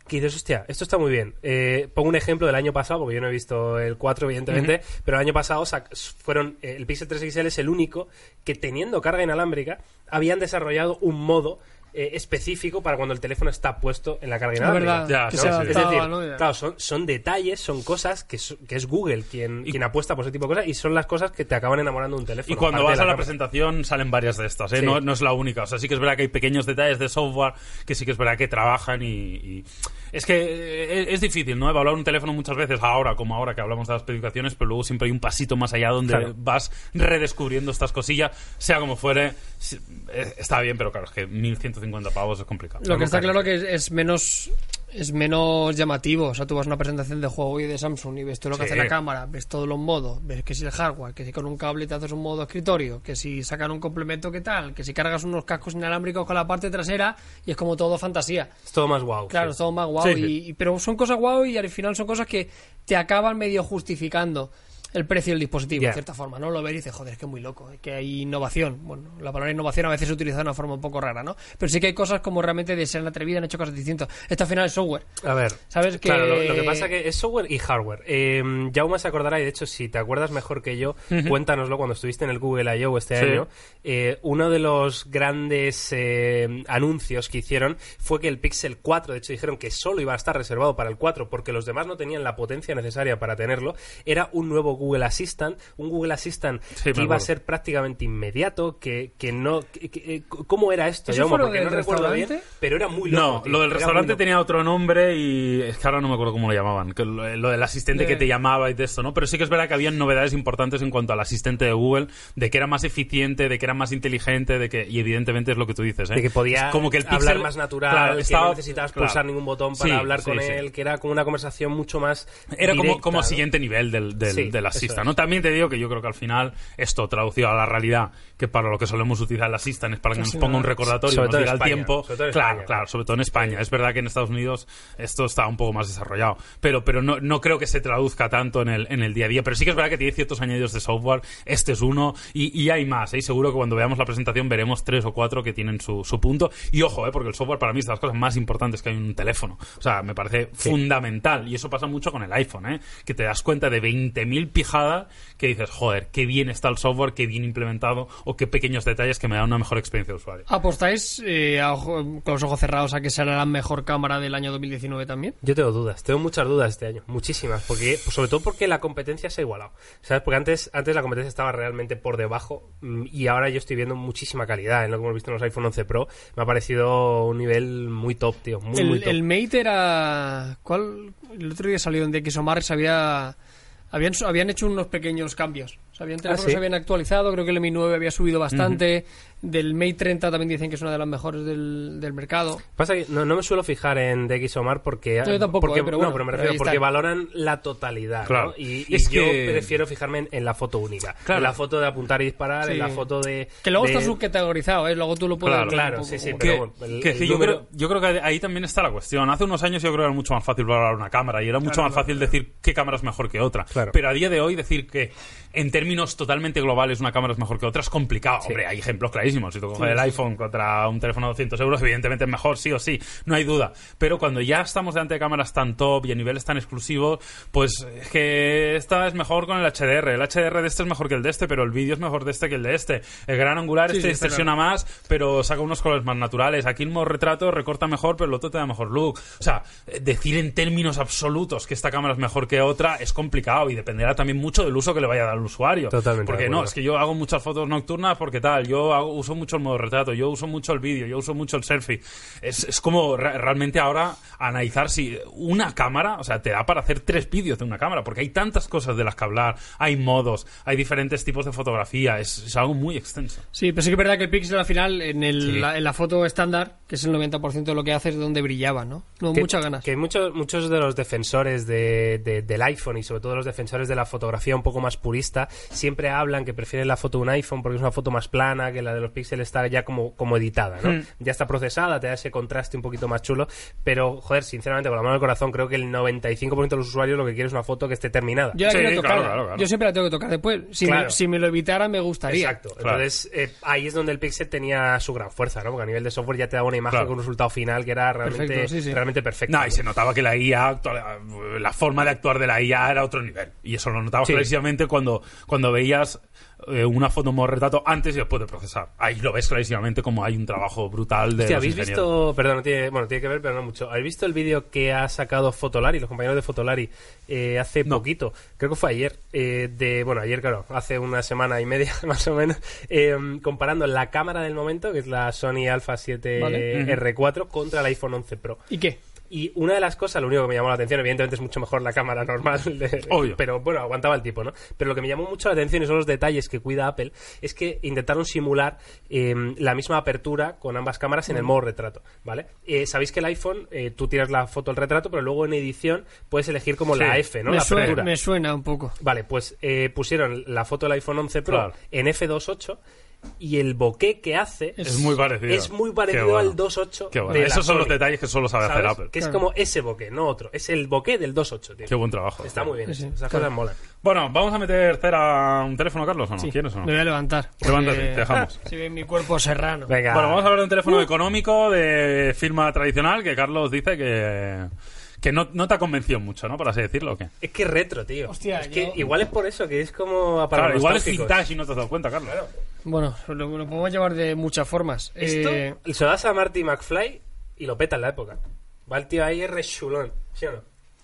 que dices, hostia, esto está muy bien. Eh, pongo un ejemplo del año pasado, porque yo no he visto el 4, evidentemente, pero el año pasado sac- fueron eh, el Pixel 3 XL es el único que teniendo carga inalámbrica habían desarrollado un modo eh, específico para cuando el teléfono está puesto en la carga
Es
inalámbrica.
verdad,
Ya,
que
sí,
se
sí.
Es
adaptaba,
decir,
¿no? Ya.
claro, son, son detalles, son cosas que, su- que es Google quien,
Y-
quien apuesta por ese tipo de cosas y son las cosas que te acaban enamorando de un teléfono.
Y cuando
aparte
vas
de
a la
cámara.
presentación salen varias de estas, ¿eh?
Sí.
no, no es la única. O sea, sí que es verdad que hay pequeños detalles de software que sí que es verdad que trabajan y... y- Es que eh, es difícil, ¿no? Evaluar un teléfono muchas veces ahora, como ahora que hablamos de las especificaciones, pero luego siempre hay un pasito más allá donde
Claro.
vas redescubriendo estas cosillas, sea como fuere. si- eh, Está bien, pero claro, es que 1150 pavos es complicado.
Lo que está
Vamos,
claro que es, es menos es menos llamativo. O sea, tú vas a una presentación de juego y de Samsung y ves todo lo que
Sí.
hace la cámara, ves todos los modos, ves que si el hardware, que si con un cable te haces un modo escritorio, que si sacan un complemento que tal, que si cargas unos cascos inalámbricos con la parte trasera y es como todo fantasía.
Es todo más guau.
Claro, es todo más guau.
Sí,
y-
sí.
y- pero son cosas guau y al final son cosas que te acaban medio justificando el precio del dispositivo,
Ya.
de cierta forma, ¿no? Lo ves y dices, joder, es que es muy loco, es que hay innovación. Bueno, la palabra innovación a veces se utiliza de una forma un poco rara, ¿no? Pero sí que hay cosas como realmente de ser atrevidas, han hecho cosas distintas. Esta final es software.
A ver.
¿Sabes que-
Claro, lo, lo que pasa que es software y hardware. Eh, Jaume se acordará, y de hecho, si te acuerdas mejor que yo, cuéntanoslo cuando estuviste en el Google I.O. este
Sí.
año. eh, uno de los grandes eh, anuncios que hicieron fue que el Pixel 4, de hecho, dijeron que solo iba a estar reservado para el 4 porque los demás no tenían la potencia necesaria para tenerlo. Era un nuevo Google Assistant, un Google Assistant
Sí, me
que iba a
acuerdo.
ser prácticamente inmediato, que, que no. que- que- eh, ¿Cómo era esto,
¿Eso
Jaume?
fue lo
Porque
del
no recuerdo bien,
restaurante?
pero era muy loco.
No,
tío,
lo del
era muy
restaurante
loco.
tenía otro nombre y es que ahora no me acuerdo cómo lo llamaban, que lo, lo del asistente
Eh.
que te llamaba y de esto, ¿no? Pero sí que es verdad que habían novedades importantes en cuanto al asistente de Google, de que era más eficiente, de que era más inteligente, de que y evidentemente es lo que tú dices, ¿eh?
De que podía
Es como que el
hablar
Pixel-
más natural,
claro,
que
estaba-
no necesitabas
claro.
pulsar ningún botón para
Sí,
hablar
sí,
con
sí.
él, que era como una conversación mucho más.
Era como,
directa,
como
¿no?
siguiente nivel del, del,
Sí,
del
eso
Assistant,
es.
¿no? También te digo que yo creo que al final esto traducido a la realidad, que para lo que solemos utilizar el Assistant es para que
Casi
nos ponga
nada.
un recordatorio,
Sobre
nos
todo en
diga el
España,
tiempo.
sobre todo en
claro,
España.
claro, sobre todo en España. Es verdad que en Estados Unidos esto está un poco más desarrollado, pero, pero no, no creo que se traduzca tanto en el, en el día a día. Pero sí que es verdad que tiene ciertos añadidos de software, este es uno, y, y hay más, ¿eh? Y seguro que cuando veamos la presentación veremos tres o cuatro que tienen su, su punto. Y ojo, ¿eh? porque el software para mí es de las cosas más importantes que hay en un teléfono. O sea, me parece fundamental. Y eso pasa mucho con el iPhone, ¿eh? que te das cuenta de 20.000 pijadas que dices, joder, qué bien está el software, qué bien implementado, o qué pequeños detalles que me dan una mejor experiencia de usuario.
¿Apostáis eh, a ojo- con los ojos cerrados a que será la mejor cámara del año 2019 también?
Yo tengo dudas, tengo muchas dudas este año, muchísimas, porque pues, sobre todo porque la competencia se ha igualado, ¿sabes? Porque antes, antes la competencia estaba realmente por debajo mm, y ahora yo estoy viendo muchísima calidad en lo que hemos visto en los iPhone 11 Pro, me ha parecido un nivel muy top, tío, muy, muy
El,
top.
el Mate era. ¿Cuál? El otro día salió en DxOMark, se había. Habían, habían hecho unos pequeños cambios. O sea, habían teléfonos
Ah, sí.
que se habían actualizado. Creo que el Mi 9 había subido bastante. Del Mate 30 también dicen que es una de las mejores del, del mercado.
Pasa que no, no me suelo fijar en DxOMar porque.
No, yo tampoco,
porque-
eh, pero
no,
bueno,
pero me
pero
refiero
ahí
porque
está.
valoran la totalidad.
Claro.
¿no? Y, y
Es
yo
que-
prefiero fijarme en, en la foto única.
Claro.
En la foto de apuntar y disparar,
Sí.
en la foto de.
Que luego
de-
está subcategorizado, ¿eh? Luego tú lo puedes...
Claro,
ver
claro,
un
sí,
poco
sí,
como-
pero
Que-
bueno, el-
que
el
sí, yo,
número-
creo, yo creo que ahí también está la cuestión. Hace unos años yo creo que era mucho más fácil valorar una cámara y era mucho más fácil decir qué cámara es mejor que otra.
Claro.
Pero a día de hoy decir que en términos totalmente globales una cámara es mejor que otra es complicado. Hombre, hay ejemplos clarísimos. Si tú coges el iPhone contra un teléfono de 200 euros, evidentemente es mejor, sí o sí, no hay duda. Pero cuando ya estamos delante de cámaras tan top y a niveles tan exclusivos, pues es que esta es mejor con el HDR. El HDR de este es mejor que el de este, pero el vídeo es mejor de este que el de este. El gran angular
Sí,
este
sí, está claro.
distorsiona a más, pero saca unos colores más naturales. Aquí el retrato recorta mejor, pero el otro te da mejor look. O sea, eh, decir en términos absolutos que esta cámara es mejor que otra es complicado y dependerá también mucho del uso que le vaya a dar al usuario.
Totalmente de
Porque
acuerdo.
no, es que yo hago muchas fotos nocturnas porque tal, yo hago- uso mucho el modo retrato, yo uso mucho el vídeo, yo uso mucho el selfie. Es, es como re- realmente ahora analizar si una cámara, o sea, te da para hacer tres vídeos de una cámara, porque hay tantas cosas de las que hablar, hay modos, hay diferentes tipos de fotografía, es- es algo muy extenso.
Sí, pero sí que es verdad que el Pixel al final, en, el,
Sí.
la, en la foto estándar, que es el 90% de lo que hace, es donde brillaba, ¿no? No,
que-
muchas ganas.
Que muchos, muchos de los defensores de- de- del iPhone y sobre todo los defensores de la fotografía un poco más purista siempre hablan que prefieren la foto de un iPhone porque es una foto más plana, que la de los píxeles está ya como, como editada, ¿no?
Hmm.
Ya está procesada, te da ese contraste un poquito más chulo, pero joder, sinceramente, con la mano del corazón, creo que el 95% de los usuarios lo que quiere es una foto que esté terminada.
Yo la
Sí,
quiero tocar.
claro, claro, claro.
Yo siempre la tengo que tocar después. Si,
Claro.
me, si me lo evitara, me gustaría.
Exacto.
Claro.
Entonces, eh, ahí es donde el Pixel tenía su gran fuerza, ¿no? Porque a nivel de software ya te daba una imagen
Claro.
con un resultado final que era realmente
Perfecto, sí, sí.
realmente perfecto.
No, y se notaba que la IA, actual- la forma de actuar de la IA era otro nivel. Y eso lo notabas
Sí.
clarísimamente cuando, cuando veías eh, una foto en modo retrato antes y después de procesar. Ahí lo ves clarísimamente como hay un trabajo brutal de.
Hostia,
los
¿habéis
ingenieros.
visto? Perdón, no tiene, bueno, tiene que ver, pero no mucho. ¿Habéis visto el vídeo que ha sacado Fotolari, los compañeros de Fotolari, eh, hace poquito? Creo que fue ayer. eh, de Bueno, ayer, claro, hace una semana y media, más o menos. eh, comparando la cámara del momento, que es la Sony Alpha 7
Vale.
R4, contra el iPhone 11 Pro.
¿Y qué?
Y una de las cosas, lo único que me llamó la atención, evidentemente es mucho mejor la cámara normal, de-
Obvio.
pero bueno, aguantaba el tipo, ¿no? Pero lo que me llamó mucho la atención y son los detalles que cuida Apple, es que intentaron simular eh, la misma apertura con ambas cámaras
Mm.
en el modo retrato, ¿vale? Eh, Sabéis que el iPhone, eh, tú tiras la foto al retrato, pero luego en edición puedes elegir como
Sí.
la F, ¿no?
me,
la
suena,
apertura.
me suena un poco.
Vale, pues eh, pusieron la foto del iPhone 11 Pro
Claro.
en F28 y el bokeh que hace
Es-
Es muy parecido.
es muy parecido
Qué bueno.
al 2.8.
Qué bueno.
de la
Esos son los
Sony.
detalles que solo sabe hacer
¿sabes?
Apple.
Que
Qué,
es como ese bokeh, no otro. Es el bokeh del 2.8, tío.
buen trabajo.
Está muy bien.
Sí, sí,
Esas
claro.
cosas molan.
Bueno, vamos a meter cera un teléfono, Carlos, ¿o no?
Sí,
¿Quieres o no?
Me voy a levantar.
Levántate,
porque-
te dejamos.
Si ve mi cuerpo serrano.
Venga.
Bueno, vamos a hablar de un teléfono económico de firma tradicional que Carlos dice que, que no, no te ha convencido mucho, ¿no? Por así decirlo, ¿o qué?
Es que es retro, tío.
Hostia,
es que
yo-
igual es por eso, que es como para
Claro, igual es
nostálgicos.
vintage y no te has dado cuenta, Carlos.
Bueno, lo, lo podemos llevar de muchas formas.
Esto
Eh,
se lo das a Marty McFly y lo peta en la época. Va el tío ahí rechulón, ¿sí o no?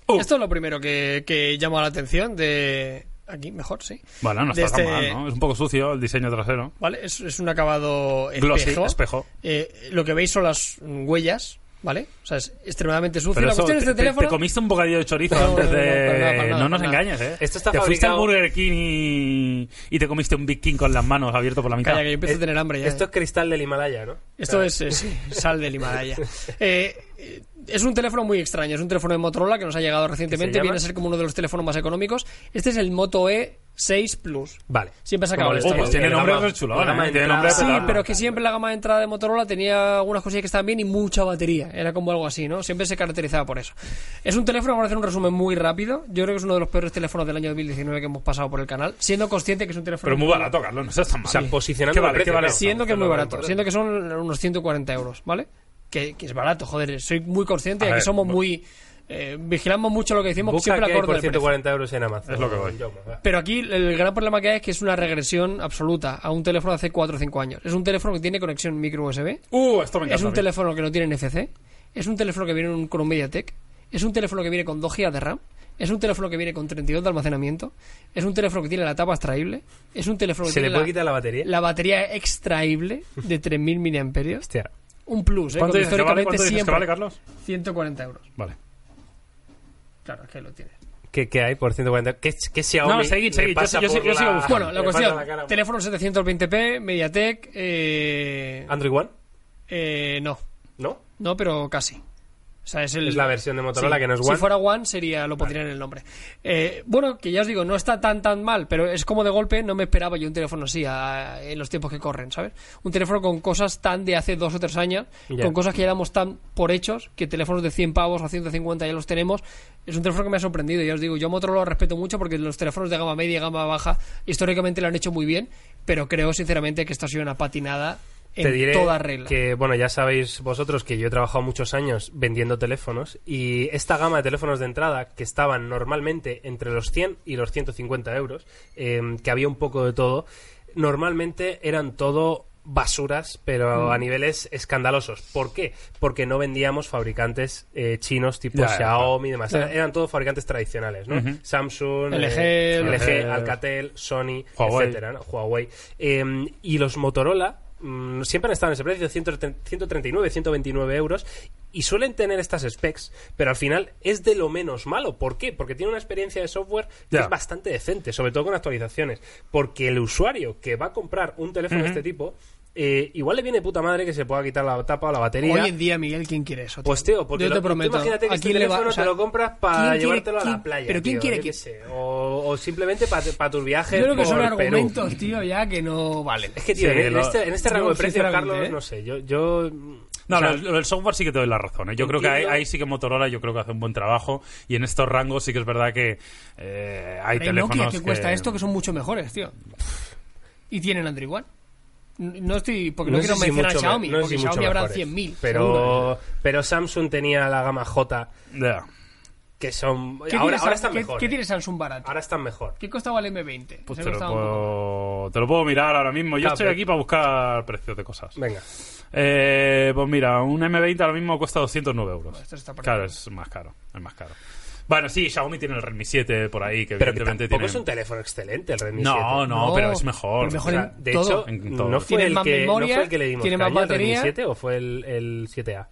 Uh.
Esto es lo primero que, que llama la atención de... Aquí, mejor, sí.
Bueno, no
De
está tan
este-
mal, ¿no? Es un poco sucio el diseño trasero.
¿vale? Es, es un acabado
Glossy,
espejo.
espejo.
Eh, lo que veis son las mm, huellas, ¿vale? O sea, es extremadamente sucio.
Pero
la
eso,
cuestión
te,
es de
te-
teléfono.
te comiste un bocadillo de chorizo
No,
antes
no,
de...
no,
No,
para nada, para nada,
nos
para
engañes, ¿eh?
Esto está
te fuiste al
fabricado-
Burger King y... y te comiste un Big King con las manos abiertas por la mitad.
Calla, que yo empiezo a tener hambre ya.
Esto
eh.
es cristal del Himalaya, ¿no?
Esto es, eh, sí, sal del Himalaya. Eh, eh, es un teléfono muy extraño. Es un teléfono de Motorola que nos ha llegado recientemente.
llama?
Viene a ser como uno de los teléfonos más económicos. Este es el Moto E 6 Plus.
Vale.
Siempre se
Como el
acaba el
Oh,
Sony.
pues tiene
El
nombre
gama-
de chulada,
el gama
¿eh?
de
Tiene nombre de
entrada.
Sí,
Claro,
pero que siempre la gama de entrada de Motorola tenía algunas cosillas que estaban bien y mucha batería. Era como algo así, ¿no? Siempre se caracterizaba por eso. Es un teléfono, vamos a hacer un resumen muy rápido. Yo creo que es uno de los peores teléfonos del año 2019 que hemos pasado por el canal, siendo consciente que es un teléfono...
Pero muy barato, Carlos, no seas tan mal.
O sea, posicionando
¿Qué
el
vale,
precio,
qué vale?
claro.
esto?
Siendo que es
Esto es
muy
lo
barato,
importante.
siendo que son unos 140 euros, ¿vale? Que, que es barato, joder, soy muy consciente
A
de que
ver,
somos
bu-
muy... eh, vigilamos mucho lo que decimos,
Busca que
siempre
hay
acorde
por
al precio.
140 euros en Amazon.
Es lo que voy.
Yo, pues, va.
Pero aquí el gran problema que hay es que es una regresión absoluta a un teléfono de hace 4 o 5 años. Es un teléfono que tiene conexión micro USB,
Uh, esto me encanta.
es
a
un
mí.
teléfono que no tiene NFC. Es un teléfono que viene un- con un MediaTek. Es un teléfono que viene con 2 GB de RAM. Es un teléfono que viene con 32 de almacenamiento. Es un teléfono que tiene la tapa extraíble. Es un teléfono que
¿Se le
tiene
puede
la,
quitar la batería?
la batería extraíble de 3.000 miliamperios.
Hostia.
Un plus, ¿eh?
¿Cuánto
Cuando
dices que vale?
históricamente
¿Cuánto dices que
siempre...
vale, Carlos?
140 euros.
Vale.
Claro, es que lo tienes.
Que ¿Qué, qué hay por 140? ¿Qué, qué Xiaomi?
No, seguid,
le
seguid, yo
pasa
sí- yo sí-
por
yo sigo
la-
buscando.
Ah,
Bueno, la
le pasa
cuestión,
la cara a-
teléfono 720p, Mediatek, eh,
Android One,
eh, no,
¿no?
no, pero casi. O sea, es, el-
Es la versión de Motorola
Sí,
que no es One.
Si fuera One, sería, lo pondría en el nombre. Eh, bueno, que ya os digo, no está tan tan mal, pero es como de golpe no me esperaba yo un teléfono así a- en los tiempos que corren, ¿sabes? Un teléfono con cosas tan de hace dos o tres años,
Ya.
con cosas que ya damos tan por hechos, que teléfonos de 100 pavos o 150 ya los tenemos. Es un teléfono que me ha sorprendido, ya os digo, yo a Motorola lo respeto mucho porque los teléfonos de gama media y gama baja históricamente lo han hecho muy bien, pero creo sinceramente que esto ha sido una patinada en
Te diré
toda regla.
que, bueno, ya sabéis vosotros que yo he trabajado muchos años vendiendo teléfonos y esta gama de teléfonos de entrada que estaban normalmente entre los 100 y los 150 euros, eh, que había un poco de todo, normalmente eran todo basuras,
Mm.
pero a niveles escandalosos. ¿Por qué? Porque no vendíamos fabricantes eh, chinos tipo
Ya,
Xiaomi y demás.
Ya.
Eran todos fabricantes tradicionales, ¿no?
Ujú.
Samsung,
LG,
eh,
LG,
LG, Alcatel, Sony,
Huawei.
etcétera. ¿no? Huawei. Eh, y los Motorola mm, siempre han estado en ese precio, 130 139, 129 euros. Y suelen tener estas specs, pero al final es de lo menos malo. ¿Por qué? Porque tiene una experiencia de software que
Ya.
es bastante decente, sobre todo con actualizaciones. Porque el usuario que va a comprar un teléfono de este tipo, eh, igual le viene de puta madre que se pueda quitar la tapa o la batería.
Hoy en día, Miguel, ¿quién quiere eso? tío?
Pues tío, porque
yo
lo-
te
tú
prometo.
imagínate que
¿a
este
quién le va-
teléfono
o sea,
te lo compras para
¿quién quiere-
llevártelo a la
quién-
playa.
Pero ¿quién
tío,
quiere
yo
que
qué sé, o, o simplemente para tus viajes.
Yo creo que son
Este por Perú.
argumentos, tío, ya que no valen.
Es que, tío,
Sí,
en,
lo-
este, en este rango
yo,
de precios,
sinceramente,
Carlos,
¿eh?
no sé. Yo. yo
No,
o sea,
lo- lo del software sí que te doy la razón. ¿eh? Yo creo que ahí,
Entiendo.
ahí sí que Motorola yo creo que hace un buen trabajo y en estos rangos sí que es verdad que eh, hay
Pero hay
teléfonos
Nokia que cuesta esto que son mucho mejores, tío. Y tienen Android One. N- No estoy. Porque no,
sé
quiero
si
mencionar
mucho
a Xiaomi,
me- no sé
porque
si
Xiaomi
mucho
habrá
mejores. ¿eh?
100.000. seguro.
Pero, pero Samsung tenía la gama J,
Ya.
que son.
¿Qué
Ahora,
tiene
ahora
Sam-
están
qué-
mejor.
¿Qué
eh.
tiene Samsung barato?
Ahora están mejor.
¿Qué costaba el M20?
Pues
Se
te, lo
costaba un poco.
puedo, te lo puedo mirar ahora mismo. Yo
Ah,
estoy
pero-
aquí para buscar precios de cosas.
Venga.
Eh, pues mira, un M20 ahora mismo cuesta 209 euros.
Esto está por
claro,
ahí.
es más caro. Es más caro. Bueno, sí, Xiaomi tiene el Redmi 7 por ahí, que
Pero que
evidentemente
tampoco
tiene...
es un teléfono excelente el Redmi 7.
no, no,
No,
pero es mejor.
pero
O
mejor
sea,
en
de
todo.
hecho,
En todo.
¿no fue,
Tiene
el
más
que, no
memoria,
fue el que le dimos
tiene más
caña, el Redmi
batería.
7 o fue el, el 7A?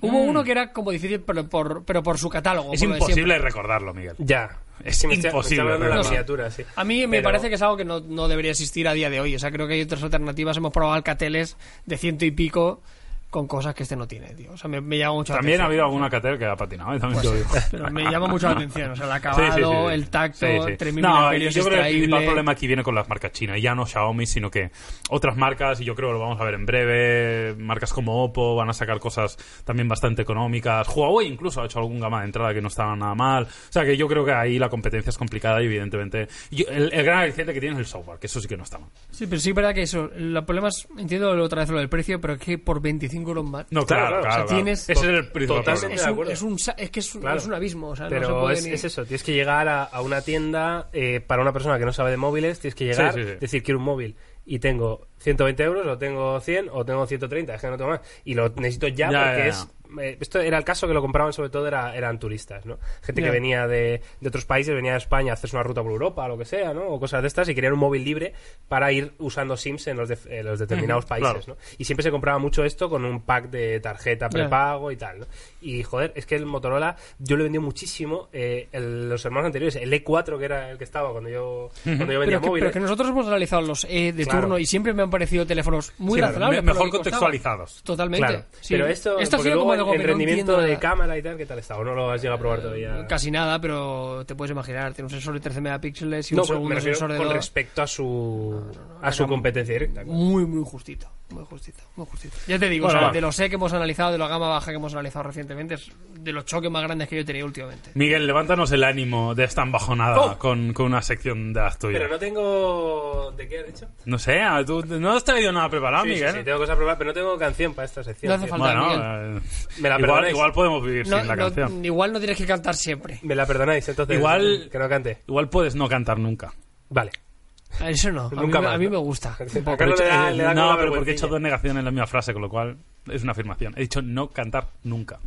Hubo
Mm.
uno que era como difícil, pero por, pero por su catálogo.
Es
por lo de siempre.
imposible recordarlo, Miguel.
Ya.
Es
Sí, me está- me está
imposible,
hablando de la
¿verdad?
miniatura, sí.
A mí me
Pero-
parece que es algo que no, no debería existir a día de hoy. O sea, creo que hay otras alternativas. Hemos probado alcateles de ciento y pico con cosas que este no tiene, tío. O sea, me, me llama mucho la
También ha habido
atención.
alguna cater que ha patinado, ¿eh? también
Pues
te lo digo.
Pero me llama mucho la atención. O sea, el
Sí,
acabado,
sí, sí, sí.
el tacto,
Sí, sí.
3.000
No,
miliamperios
yo creo que el principal
extraíble.
problema aquí viene con las marcas chinas. Ya no Xiaomi, sino que otras marcas, y yo creo que lo vamos a ver en breve, marcas como Oppo van a sacar cosas también bastante económicas. Huawei incluso ha hecho algún gama de entrada que no estaba nada mal. O sea que yo creo que ahí la competencia es complicada y evidentemente... yo- el, el gran aliciente que tiene es el software, que eso sí que no está mal.
Sí, pero sí es verdad que eso. El problema es, entiendo otra vez lo del precio, pero es que por 25 euros más.
No,
Claro,
claro, claro.
claro, o sea,
claro.
tienes-
Ese es el principal
Totalmente
problema.
es,
de
un,
acuerdo.
es, un sa- es que es un,
Claro.
es un abismo. O sea,
Pero
no se puede
es,
ni-
es eso, tienes que llegar a, a una tienda, eh, para una persona que no sabe de móviles, tienes que llegar,
Sí, sí, sí.
decir, quiero un móvil y tengo 120 euros, o tengo 100, o tengo 130, es que no tengo más. Y lo necesito ya,
Ya,
porque
ya,
es... eh, Esto era el caso que lo compraban sobre todo era, eran turistas, ¿no? Gente
Ya.
que venía de, de otros países, venía de España a hacerse una ruta por Europa, lo que sea, ¿no? O cosas de estas, y querían un móvil libre para ir usando SIMs en los, de- en los determinados
Ujú,
países,
claro.
¿no? Y siempre se compraba mucho esto con un pack de tarjeta
Ya.
prepago pago y tal. ¿no? Y joder, es que el Motorola, yo lo vendí muchísimo. eh, el- los hermanos anteriores, el E4, que era el que estaba cuando yo, cuando yo vendía
Pero que,
móviles.
pero que nosotros hemos analizado los E de
Claro.
turno y siempre me han parecido teléfonos muy
Sí, claro,
razonables.
me-
por lo
mejor
que costaban.
contextualizados.
Totalmente.
Claro,
sí.
pero esto,
ha
porque
sido
luego
como
el,
algo que no
rendimiento
entiendo
de
nada.
cámara y tal, ¿qué tal está? ¿O no lo has llegado a probar todavía?
Casi nada, pero te puedes imaginar. Tiene un sensor de 13 megapíxeles y
No,
un
pero me
segundo
refiero
sensor de
con
2.
respecto a su, a su competencia directa. claro.
Muy, muy justito. Muy justito, muy justito. Ya te digo,
Bueno,
o sea,
vale.
de los E que hemos analizado, de la gama baja que hemos analizado recientemente, es de los choques más grandes que yo he tenido últimamente.
Miguel, levántanos el ánimo de esta embajonada
Oh.
con, con una sección de las tuyas.
Pero no tengo. ¿De qué has dicho?
No sé, ah, tú no has traído nada preparado,
sí, sí,
Miguel.
sí, tengo cosas probar, pero no tengo canción para esta sección.
Ah, No hace
tío.
falta.
Bueno, eh,
Me la
igual,
perdonáis.
igual podemos vivir
No-
sin la
no- mm.
canción.
igual no tienes que cantar siempre.
Me la perdonáis, entonces.
Igual-
Que no cante.
Igual puedes no cantar nunca.
Vale.
Eso no. A, mí,
Nunca
me-
más,
a mí
¿no?
me gusta. un
A
poco.
Carlos le da- le da
no,
como la
pero porque he hecho
vergüencilla.
dos negaciones en la misma frase, con lo cual es una afirmación. He dicho no cantar nunca.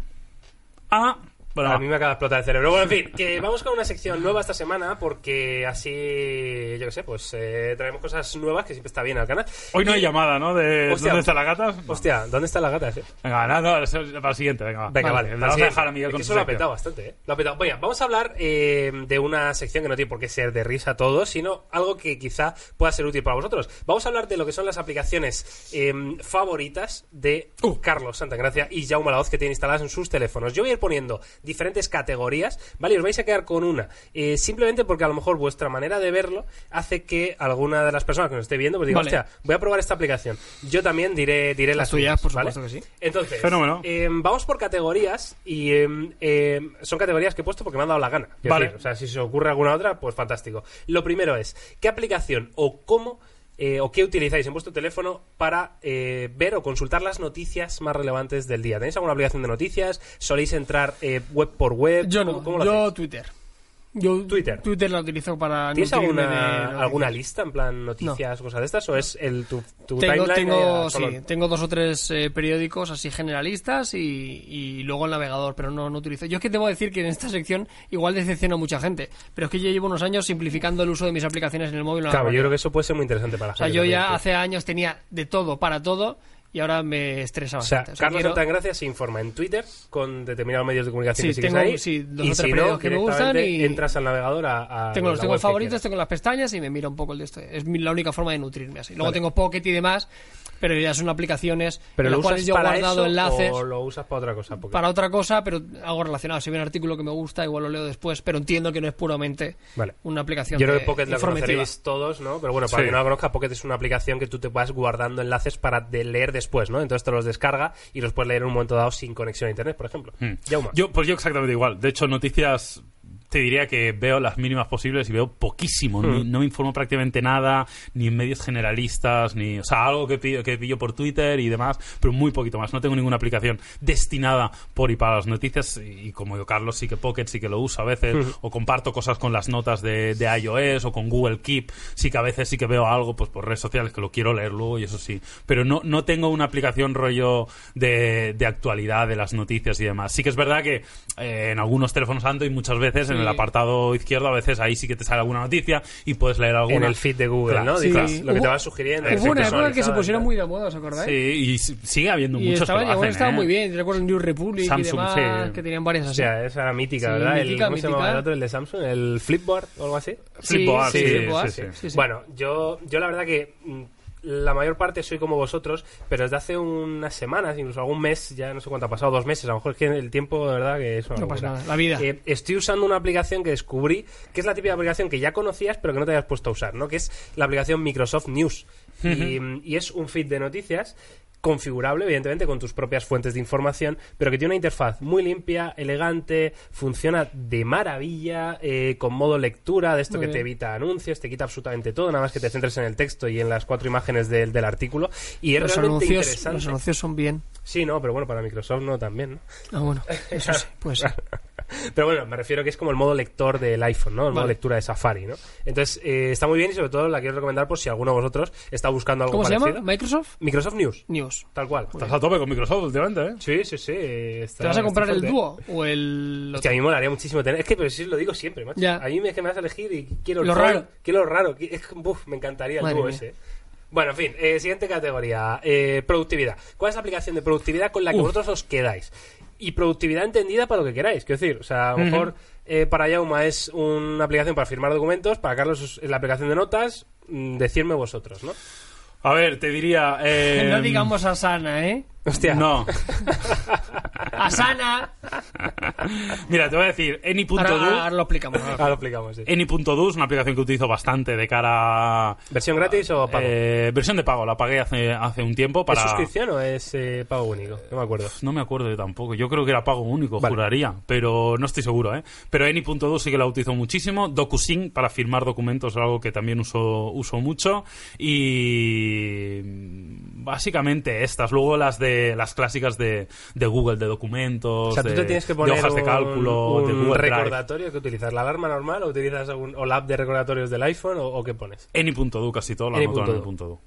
Ah, Bueno,
a
va.
mí me acaba de explotar el cerebro. Bueno, en fin, que vamos con una sección nueva esta semana porque así, yo qué sé, pues eh, traemos cosas nuevas que siempre está bien al canal.
Hoy no
Y-
hay llamada, ¿no? De,
Hostia.
¿Dónde está la gata? No.
Hostia, ¿dónde está la gata? eh?
Venga, no, no, eso es para el siguiente, venga. va.
Venga, vale.
Le
para
Vamos a
siguiente.
dejar a Miguel
Es
con
que
su
eso lo ha
sección.
petado bastante, ¿eh? Lo ha petado. Venga, vamos a hablar eh, de una sección que no tiene por qué ser de risa todos, sino algo que quizá pueda ser útil para vosotros. Vamos a hablar de lo que son las aplicaciones eh, favoritas de Carlos Santagracia y Jaume Laoz que tienen instaladas en sus teléfonos. Yo voy a ir poniendo diferentes categorías, ¿vale? Y os vais a quedar con una. Eh, simplemente porque a lo mejor vuestra manera de verlo hace que alguna de las personas que nos esté viendo pues diga,
Vale.
hostia, voy a probar esta aplicación. Yo también diré, diré las
Las tuyas,
suyas,
por
¿vale?
supuesto que sí.
Entonces,
Fenómeno.
eh, vamos por categorías y em, em, son categorías que he puesto porque me han dado la gana. Quiero
Vale.
decir, o sea, si se ocurre alguna otra, pues fantástico. Lo primero es, ¿qué aplicación o cómo eh, o qué utilizáis en vuestro teléfono para eh, ver o consultar las noticias más relevantes del día? ¿Tenéis alguna aplicación de noticias? ¿Soléis entrar eh, web por web?
Yo no,
¿Cómo- cómo lo
yo
hacéis?
Twitter. Yo
Twitter.
Twitter la utilizo para
¿Tienes
nutrirme de
alguna,
noticias.
alguna lista, en plan noticias, cosas de estas? ¿O es el, tu, tu
Tengo,
timeline?
tengo,
eh,
sí,
solo-
tengo dos o tres eh, periódicos así generalistas y, y luego el navegador, pero no, no utilizo. Yo es que debo decir que en esta sección igual decepciono a mucha gente, pero es que yo llevo unos años simplificando el uso de mis aplicaciones en el móvil.
Claro, yo creo que eso puede ser muy interesante para la
O sea,
gente
yo
también,
ya
sí.
hace años tenía de todo para todo y ahora me estresa
O sea,
bastante. O sea,
Carlos
quiero-
Santagracia se informa en Twitter con determinados medios de comunicación
Sí,
que sigues
tengo,
ahí.
sí, dos o
y
tres
si no,
periódicos que me
directamente
gustan y-
entras al navegador a. a
Tengo los
la
tengo
web que
favoritos,
quieras.
tengo las pestañas y me miro un poco el de esto. Es mi- la única forma de nutrirme así. Luego
Vale.
tengo Pocket y demás, pero ya son aplicaciones
Pero
en
lo
las
usas
cuales yo he
para
guardado
eso
enlaces.
o lo usas para otra cosa. Porque-
para otra cosa, pero algo relacionado. Si veo un artículo que me gusta, igual lo leo después, pero entiendo que no es puramente
Vale.
una aplicación
Yo creo
de-
que Pocket la
informativa.
conoceréis todos, ¿no? Pero bueno, para
Sí.
que no la conozca, Pocket es una aplicación que tú te vas guardando enlaces para de leer después, ¿no? Entonces te los descarga y los puedes leer en un momento dado sin conexión a internet, por ejemplo.
Mm.
Yauma.
Yo, pues yo exactamente igual. De hecho, noticias te diría que veo las mínimas posibles y veo poquísimo. Ni- no me informo prácticamente nada, ni en medios generalistas, ni. O sea, algo que pillo, que pillo por Twitter y demás, pero muy poquito más. No tengo ninguna aplicación destinada por y para las noticias. Y, y como yo, Carlos, sí que Pocket sí que lo uso a veces, o comparto cosas con las notas de, de iOS o con Google Keep. Sí que a veces sí que veo algo pues por redes sociales que lo quiero leer luego y eso sí. Pero no, no tengo una aplicación rollo de, de actualidad, de las noticias y demás. Sí que es verdad que eh, en algunos teléfonos Android muchas veces en el
Sí.
apartado izquierdo a veces ahí sí que te sale alguna noticia y puedes leer alguna.
en el feed de Google,
Claro,
¿no?
sí,
Dices,
claro.
Lo que te
Hubo-
van sugiriendo.
Hubo una época que se
personalizada,
pusieron
tal.
muy de moda, ¿os acordáis?
Sí, y s- sigue habiendo
Y
muchos
estaba,
que lo
igual
hacen,
estaba
¿eh?
muy bien. Yo recuerdo el New Republic
Samsung,
y demás,
sí.
que tenían varias
O
así.
sea, esa era mítica,
Sí,
¿verdad? El-
mítica,
¿Cómo se llamaba
mítica.
el otro? El de Samsung, el Flipboard o algo así.
Sí,
Flipboard,
sí,
sí,
Flipboard,
sí, sí.
sí, sí.
Bueno, yo, yo la verdad que mm, la mayor parte soy como vosotros, pero desde hace unas semanas, incluso algún mes, ya no sé cuánto ha pasado, dos meses, a lo mejor es que el tiempo, de verdad, que es una
No pasa
locura.
nada, la vida.
Eh, estoy usando una aplicación que descubrí, que es la típica aplicación que ya conocías, pero que no te habías puesto a usar, ¿no? Que es la aplicación Microsoft News. Y, mm, y es un feed de noticias configurable, evidentemente, con tus propias fuentes de información, pero que tiene una interfaz muy limpia, elegante, funciona de maravilla, eh, con modo lectura, de esto
Muy
que te
bien.
evita anuncios, te quita absolutamente todo, nada más que te centres en el texto y en las cuatro imágenes del, del artículo. Y es
los,
realmente
anuncios,
interesante.
los anuncios son bien.
Sí, no, pero bueno, para Microsoft no también, ¿no?
Ah, bueno, eso sí, pues sí.
Pero bueno, me refiero que es como el modo lector del iPhone, ¿no? El modo
Vale.
lectura de Safari, ¿no? Entonces, eh, está muy bien y sobre todo la quiero recomendar por si alguno de vosotros está buscando algo
¿Cómo se
parecido.
llama? ¿Microsoft?
Microsoft News,
News.
tal cual.
Estás a tope con Microsoft últimamente, ¿eh?
Sí, sí, sí. está-
¿Te vas a comprar
está
el
fuerte.
Duo o el...
Hostia, a mí me molaría muchísimo tener. Es que, pero sí lo digo siempre, macho.
Ya.
A mí me- es que me vas a elegir y quiero el
Lo
Duo,
raro.
Quiero lo raro. que- es que, buf, me encantaría el
Madre
dúo
mía.
ese. ¿eh? Bueno, en fin, eh, siguiente categoría: eh, productividad. ¿Cuál es la aplicación de productividad con la que
Uf.
vosotros os quedáis? Y productividad entendida para lo que queráis. Quiero decir, o sea, a lo mejor eh, para Yauma es una aplicación para firmar documentos, para Carlos es la aplicación de notas, mm, decirme vosotros, ¿no?
A ver, te diría. eh,
Em.
No digamos Asana, ¿eh?
Hostia.
No.
Asana.
Mira, te voy a decir,
Ahora,
any.do.
ahora lo explicamos.
Ahora lo explicamos, sí.
Eh, Any.do es una aplicación que utilizo bastante de cara a
¿Versión gratis o pago?
Eh, versión de pago, la pagué hace, hace un tiempo para...
¿Es suscripción o es eh, pago único? No me acuerdo.
Pues No me acuerdo yo tampoco. Yo creo que era pago único,
Vale.
juraría. Pero no estoy seguro, ¿eh? Pero Any.2 sí que la utilizo muchísimo. DocuSync para firmar documentos es algo que también uso, uso mucho. Y... mm, Básicamente estas. Luego las de las clásicas de, de Google, de documentos,
O sea, tú
de,
te tienes que
de
poner
hojas de
un-
cálculo,
un
de Google Drive.
recordatorio que utilizas. ¿La alarma normal o utilizas algún, o la app de recordatorios del iPhone o, o qué pones?
Any.do casi todo lo anoto en
Any.do.
Any.do.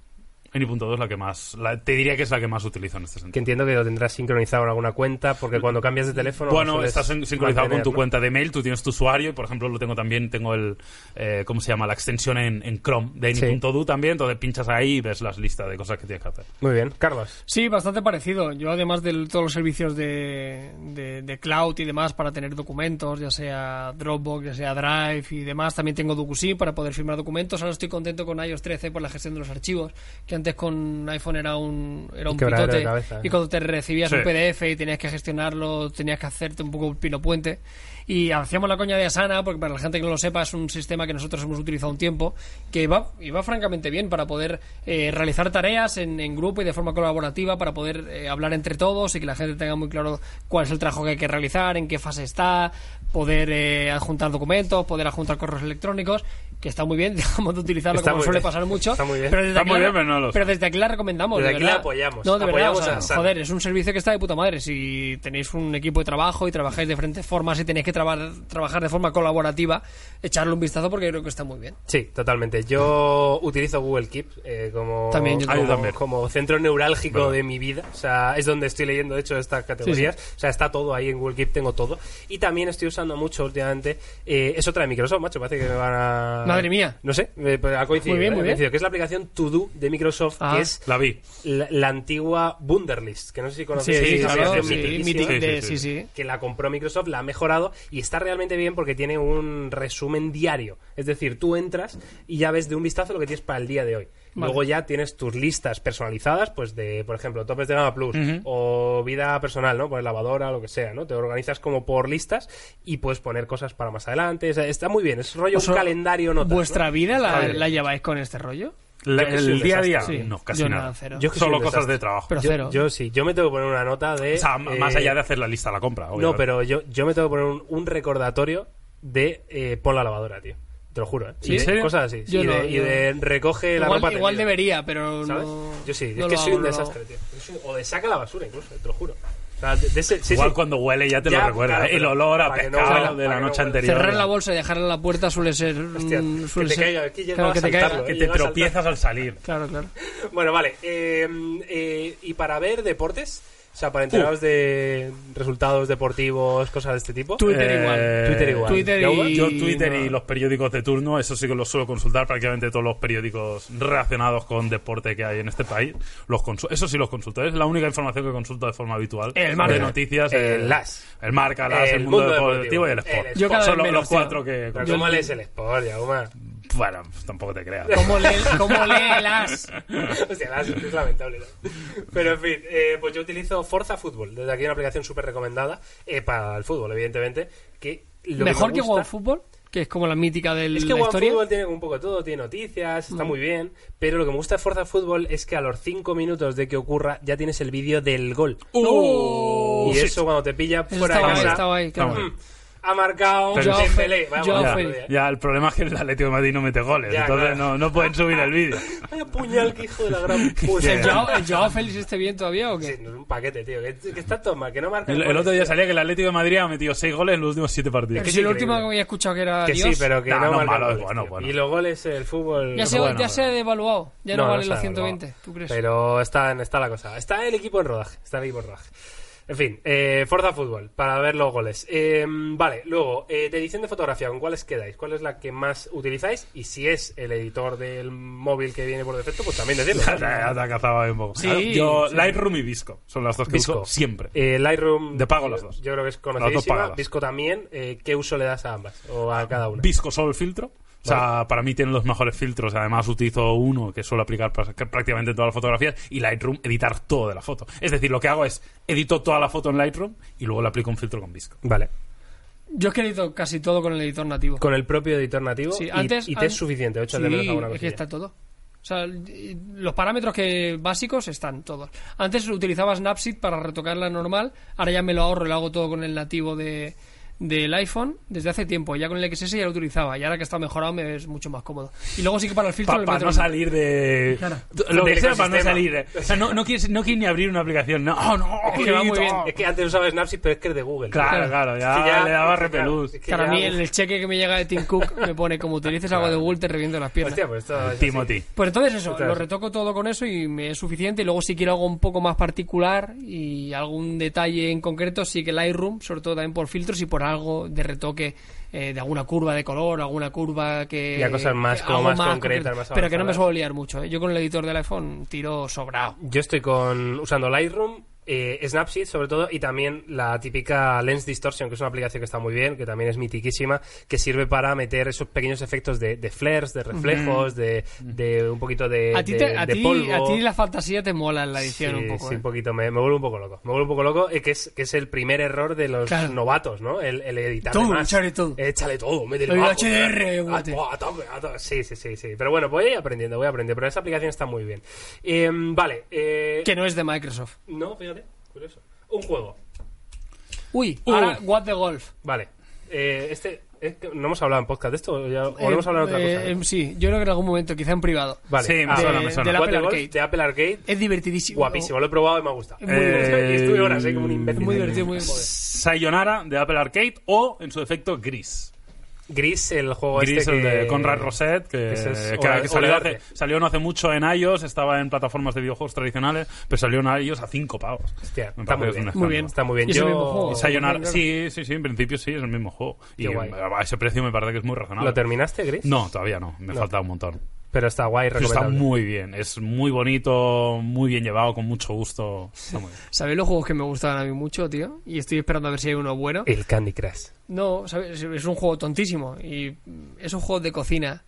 Anypunto 2 la que más. la- te diría que es la que más utilizo en este sentido.
Que entiendo que lo tendrás sincronizado en alguna cuenta, porque cuando cambias de teléfono.
Mm. Bueno,
sueles
estás sin- sincronizado
mantener,
con tu
¿no?
cuenta de mail, tú tienes tu usuario, y por ejemplo lo tengo también, tengo el, eh, ¿cómo se llama? La extensión en, en Chrome de
Sí.
any.do también, entonces pinchas ahí y ves las listas de cosas que tienes que hacer.
Muy bien, Carlos.
Sí, bastante parecido. Yo, además de todos los servicios de, de- de cloud y demás para tener documentos, ya sea Dropbox, ya sea Drive y demás, también tengo DocuSign para poder firmar documentos. Ahora estoy contento con iOS 13 por la gestión de los archivos, que antes con iPhone era un, era un
quebradero de
pitote.
cabeza,
Y
¿eh?
cuando te recibías
Sí.
un PDF y tenías que gestionarlo, tenías que hacerte un poco pino puente. Y hacíamos la coña de Asana, porque para la gente que no lo sepa, es un sistema que nosotros hemos utilizado un tiempo, que va, y va francamente bien para poder eh, realizar tareas en, en grupo y de forma colaborativa, para poder eh, hablar entre todos y que la gente tenga muy claro cuál es el trabajo que hay que realizar, en qué fase está, poder eh, adjuntar documentos, poder adjuntar correos electrónicos, que está muy bien, dejamos de utilizarlo
Está
como
muy
suele
bien.
pasar mucho.
Está muy bien.
Pero desde
Está
aquí
muy
la-
bien, pero no lo
pero desde aquí la recomendamos.
Desde
de
aquí la
verdad.
apoyamos.
No, de verdad.
Apoyamos
o sea,
a Asana.
joder, es un servicio que está de puta madre. Si tenéis un equipo de trabajo y trabajáis de diferentes formas y tenéis que traba- trabajar de forma colaborativa, echarle un vistazo porque creo que está muy bien.
Sí, totalmente. Yo utilizo Google Keep eh, como,
También, yo
como,
también.
como centro neurálgico
Vale.
de mi vida. O sea, es donde estoy leyendo, de hecho, estas categorías. O sea, está todo ahí en Google Keep, tengo todo. Y también estoy usando mucho últimamente. eh, es otra de Microsoft, macho, parece que me van a.
Madre mía.
No sé, me- ha coincidido. eh,
Muy bien, muy
ha
bien.
coincidido, Que es la aplicación To Do de Microsoft,
Ah.
que es
La vi.
la, la antigua Wunderlist, que no sé si conocéis.
sí,
es una
claro,
aplicación
sí,
mitiquísima
mítica.
Mythic de-
Sí, sí,
sí,
sí.
sí.
que la compró Microsoft, la ha mejorado y está realmente bien porque tiene un resumen diario. Es decir, tú entras y ya ves de un vistazo lo que tienes para el día de hoy.
Vale.
Luego ya tienes tus listas personalizadas, pues de, por ejemplo, topes de gama plus o vida personal, ¿no? Pues lavadora, lo que sea, ¿no? Te organizas como por listas y puedes poner cosas para más adelante. O sea, está muy bien, es rollo
O sea,
un calendario notas, no
¿Vuestra vida
Está
la,
bien.
la lleváis con este rollo?
La-
Yo que soy
el
un
día a día,
desastre.
no, casi
yo
nada.
cero.
Yo- que soy
Solo
un
cosas
desastre.
de trabajo.
Pero
Yo-
cero.
Yo, sí, yo me tengo que poner una nota de.
o sea, m- más
eh,
allá de hacer la lista a la compra,
No,
obviamente.
pero yo, yo me tengo que poner un, un recordatorio de eh, pon la lavadora, tío. Te lo juro, ¿eh?
¿Sí?
Y
¿En
de-
serio?
Cosas así.
Yo
y, de,
no,
y
yo-
de recoge la
igual
ropa
igual
tendida,
debería, pero
¿sabes?
no.
Yo sí,
no
es que soy
lo hago,
un
no lo hago.
desastre, tío. Yo soy- O de saca la basura incluso, eh, te lo juro. O sea, de- de ese- sí,
Igual
sí.
cuando huele ya te
Ya,
lo recuerda.
claro,
¿eh? el
pero
olor a
para que no
pescado
huela,
de
para
la
que no
noche
huela.
anterior.
Cerrar la bolsa y dejarla en la puerta suele ser.
Hostia,
mm,
que
suele
te
ser-
caiga, aquí llegaba
claro,
a
que te
saltarlo, ¿eh?
caiga.
Que
Y
te
llegas al
tropiezas al salir.
Claro, claro.
Bueno, vale. eh, eh, y para ver deportes, o sea, para
Uh.
enteraros de resultados deportivos, cosas de este tipo.
Twitter
Eh,
igual.
Twitter igual.
Twitter
¿Ya hubo?
y...
Yo Twitter y los periódicos de turno, eso sí que los suelo consultar prácticamente todos los periódicos relacionados con deporte que hay en este país. Los consu- eso sí los consulto, es la única información que consulto de forma habitual.
El Marca.
de noticias,
El
eh,
Las.
el Marca, las, el,
El
mundo,
Mundo
deportivo, y el
Deportivo.
Sport.
El
Yo cada
Son
vez
los,
menos,
los cuatro
tío.
que
Pero
consulto.
¿Cómo lees el sport, Yauma?
Bueno, pues tampoco te creas.
¿Cómo lee, cómo lee el as?
Hostia, la- es lamentable. ¿no? Pero en fin, eh, pues yo utilizo Forza Fútbol. Desde aquí una aplicación súper recomendada eh, para el fútbol, evidentemente. Que lo
Mejor que
me gusta-
OneFootball, que es como la mítica de
Es que
la historia. Mm.
OneFootball tiene un poco de todo, tiene noticias, está muy bien. Pero lo que me gusta de Forza Fútbol es que a los 5 minutos de que ocurra ya tienes el vídeo del gol.
Uh,
y
sí.
eso cuando te pilla
¡Oh! Eso
fuera de
estaba ahí,
casa. mm,
estaba ahí, qué
Vamos.
bueno.
Ha marcado
Pero-
Dembélé. Vamos,
Yo-
Ya,
otro día.
ya, el problema es que el Atlético de Madrid no mete goles,
Ya,
entonces
claro.
no, no pueden subir el vídeo.
Vaya puñal, que hijo de la gran puta.
Sí.
¿El Joao, el Joao Félix esté bien todavía o
Sí,
qué?
no es un paquete, tío. Que, que está todo mal, que no marca.
El, el
goles,
otro día
tío.
salía que el Atlético de Madrid ha metido seis goles en los últimos siete
Pero
partidos.
que
si
sí,
lo último
increíble.
que había escuchado que era
Que
Dios.
sí, pero que
No,
no,
no
marca
malo,
goles,
bueno,
tío.
bueno.
Y los goles, el fútbol...
Ya, se,
bueno,
ya se ha
bueno.
devaluado, ya no, valen
está
los
evaluado.
120, ¿tú crees?
Pero está, en- está la cosa. Está el equipo en rodaje. Está el equipo en rodaje. En fin, eh, Forza Fútbol, para ver los goles. Eh, vale, luego, eh, de edición de fotografía, ¿con cuáles quedáis? ¿Cuál es la que más utilizáis? Y si es el editor del móvil que viene por defecto, pues también decirlo.
Ya te- ya te ha cazado ahí un poco.
Sí,
yo,
sí.
Lightroom y Visco son las dos que uso siempre.
Eh, Lightroom.
De pago las
los
dos.
Yo creo que es
Las dos
conocidísima.
pagadas.
Visco también. Eh, ¿Qué uso le das a ambas? ¿O a cada una?
Visco solo el filtro. O sea, para mí tienen los mejores filtros. Además, utilizo uno que suelo aplicar para sacar prácticamente todas las fotografías y Lightroom editar todo de la foto. Es decir, lo que hago es edito toda la foto en Lightroom y luego le aplico un filtro con Visco.
Vale.
Yo es que edito casi todo con el editor nativo.
Con el propio editor nativo.
Sí,
y-
antes-
y, te
an-
es suficiente. ocho
Sí,
de menos alguna
es que
cosilla.
está todo. O sea, y- los parámetros que básicos están todos. Antes utilizaba Snapseed para retocar la normal, ahora ya me lo ahorro y lo hago todo con el nativo de, del iPhone desde hace tiempo. Ya con el XS ya lo utilizaba. Y ahora que está mejorado me es mucho más cómodo. Y luego sí que para el filtro...
Pa-
le
para
meto
no
el-
salir de.
Claro.
Lo que
Del
sea, para no
ecosistema.
salir. O sea, no, no, quieres, no quieres ni abrir una aplicación. No, no.
Es que va muy
Lito.
bien.
Es que antes usaba Snapseed, pero es que es de Google.
Claro, claro, ya,
Es que ya-
le daba
es que claro,
repelús.
es que
Para
ya-
mí en el cheque que me llega de Tim Cook me pone como utilices algo de Google te reviento las piernas.
Hostia, pues esto es
Timothy.
Pues entonces eso,
Ostras.
lo retoco todo con eso y me es suficiente. Y luego si quiero algo un poco más particular y algún detalle en concreto, sí que Lightroom, sobre todo también por filtros y por algo de retoque eh, de alguna curva de color, alguna curva que...
Ya cosas más,
que-
como
algo
más concretas, más
Pero que no me
avanzadas.
suelo liar mucho. ¿eh? Yo con el editor del iPhone tiro sobrado.
Yo estoy con usando Lightroom, eh, Snapseed sobre todo, y también la típica Lens Distortion, que es una aplicación que está muy bien, que también es mitiquísima, que sirve para meter esos pequeños efectos de, de flares, de reflejos, de, de un poquito de,
a, ti
Eh, de-
te- a
de
ti-
polvo.
a ti la fantasía te mola en la edición
Sí,
un poco.
sí,
¿eh?
un poquito. Me, me vuelvo un poco loco. Me vuelvo un poco loco, eh, que, es, que es el primer error de los
Claro.
novatos, ¿no? El, el editar de
Todo,
más.
échale todo.
Échale todo, métele
El
bajo,
HDR,
ah,
bote.
buah, a tope, a tope. Sí, sí, sí, sí. Pero bueno, voy a ir aprendiendo, voy a aprender. Pero esa aplicación está muy bien. Eh, vale. eh,
Que no es de Microsoft.
No, fíjate, curioso. Un juego.
Uy,
Uh.
ahora What the Golf.
Vale. Eh, este, es que no hemos hablado en podcast de esto, o ya- o
Eh,
hemos hablado en otra
eh,
cosa.
em, sí, yo creo que en algún momento, quizá en privado.
vale. ah,
Sí, me suena, me suena.
del
What
Apple
the Golf,
Arcade.
de Apple Arcade.
Es divertidísimo.
Guapísimo, lo he probado y me ha gustado.
muy
divertido.
Y Estuve horas, eh, como un imbécil.
Es muy divertido, muy divertido.
Sayonara de Apple Arcade o, en su defecto, Gris.
Gris, el juego
Gris,
este
el
que-
de Conrad Rosset, que,
Ese es-
que-
o-
que
o de
salió,
arte.
hace- salió no hace mucho en iOS, estaba en plataformas de videojuegos tradicionales, pero salió en iOS a 5 pavos.
Hostia,
Me parece
está muy
que es
bien.
un
Muy bien.
escándalo.
Está muy bien.
Y es el
Yo-
mismo juego.
Y Sayonara,
Claro.
sí, sí, sí, en principio sí, es el mismo juego. Y
Oh, Qué guay.
a ese precio me parece que es muy razonable.
¿Lo terminaste, Gris?
No, todavía no, me falta un montón.
Pero está guay,
Pero está
recomendable.
muy bien, es muy bonito, muy bien llevado, con mucho gusto. Está muy bien.
¿Sabéis los juegos que me gustaban a mí mucho, tío? Y estoy esperando a ver si hay uno bueno.
El Candy Crush.
No, ¿sabes? Es un juego tontísimo. Y mm, esos juegos de cocina.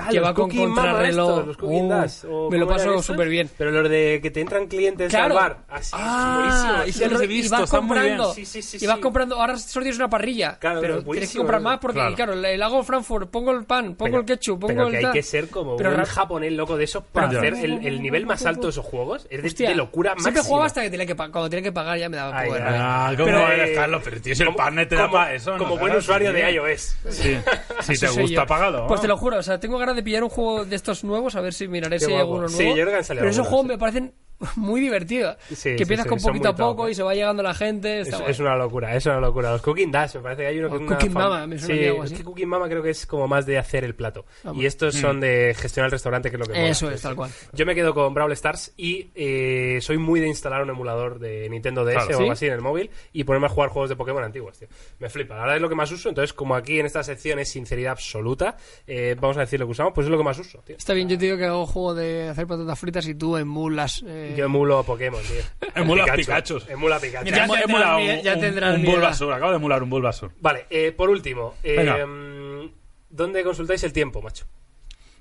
Ah,
que
los
va con
Cooking Mama
contrarreloj.
estos, los Cooking
Uh,
Dash, o
me lo
¿cómo eran
paso
estos?
súper bien.
Pero los de que te entran clientes
Claro.
al bar. Así,
Ah,
buenísimo.
ese los he visto,
vas
están muy bien.
comprando.
Sí, sí, sí,
y vas
sí.
comprando. Ahora solo tienes una parrilla.
Claro,
pero
buenísimo,
tienes que comprar
¿verdad?
más porque,
Claro.
claro, le le hago Frankfurt, pongo el pan, pongo el ketchup, pongo
pero
el
que hay
tal.
que ser como
Pero
un
ra-
japonés loco de esos para
Ya.
hacer el, el nivel más alto de esos juegos. Es de,
Hostia,
de locura máxima.
Siempre jugaba hasta que tenía que pa- cuando tenía que pagar ya me daba un
Ay,
poco de
ay,
rabia.
Ah, ¿cómo
Pero,
eres,
eh,
Carlos? Pero tío, si el
como-
partner te da
como-
para eso. ¿no?
Como buen
Claro,
usuario
sí.
de iOS.
Sí. Si
Así
te
soy
gusta,
yo.
págalo.
Pues te lo juro, o sea, tengo ganas de pillar un juego de estos nuevos, a ver si miraré
Qué
si hay
guapo.
alguno
Sí,
nuevo.
yo creo que han salido
Pero esos
algunos,
juegos
sí.
me parecen muy divertidos.
Sí, sí,
que empiezas
sí,
con
son
poquito a
muy top,
poco
eh.
y se va llegando la gente.
Es,
está
es
guay.
una locura, es una locura. Los Cooking Dash, me parece que hay uno que
O
es una
Cooking
fam-
Mama, me suena
Sí,
que algo
es
así.
que Cooking Mama creo que es como más de hacer el plato.
Ah,
Y
bueno.
estos son de gestionar el restaurante, que es lo que mola.
Eso es, tal cual.
Yo me quedo con Brawl Stars y eh, soy muy de instalar un emulador de Nintendo DS
Claro.
o algo
¿Sí?
así en el móvil y ponerme a jugar juegos de Pokémon antiguos, tío. Me flipa. La verdad es lo que más uso. Entonces, como aquí en esta sección es sinceridad absoluta, eh, vamos a decir lo que usamos, pues es lo que más uso, tío.
Está bien, yo te digo que hago juego de hacer patatas fritas y tú emulas. Eh...
Yo emulo Pokémon, tío.
Emula
Pikachu.
Pikachus.
Emula Pikachu.
Mira,
Ya
hemos-
tendrás
hemos dado
mi- ya
un-
tendrás
un
mi edad.
Bulbasur, acabo de emular un Bulbasur.
Vale, eh, por último, eh,
Venga.
mm, ¿dónde consultáis el tiempo, macho?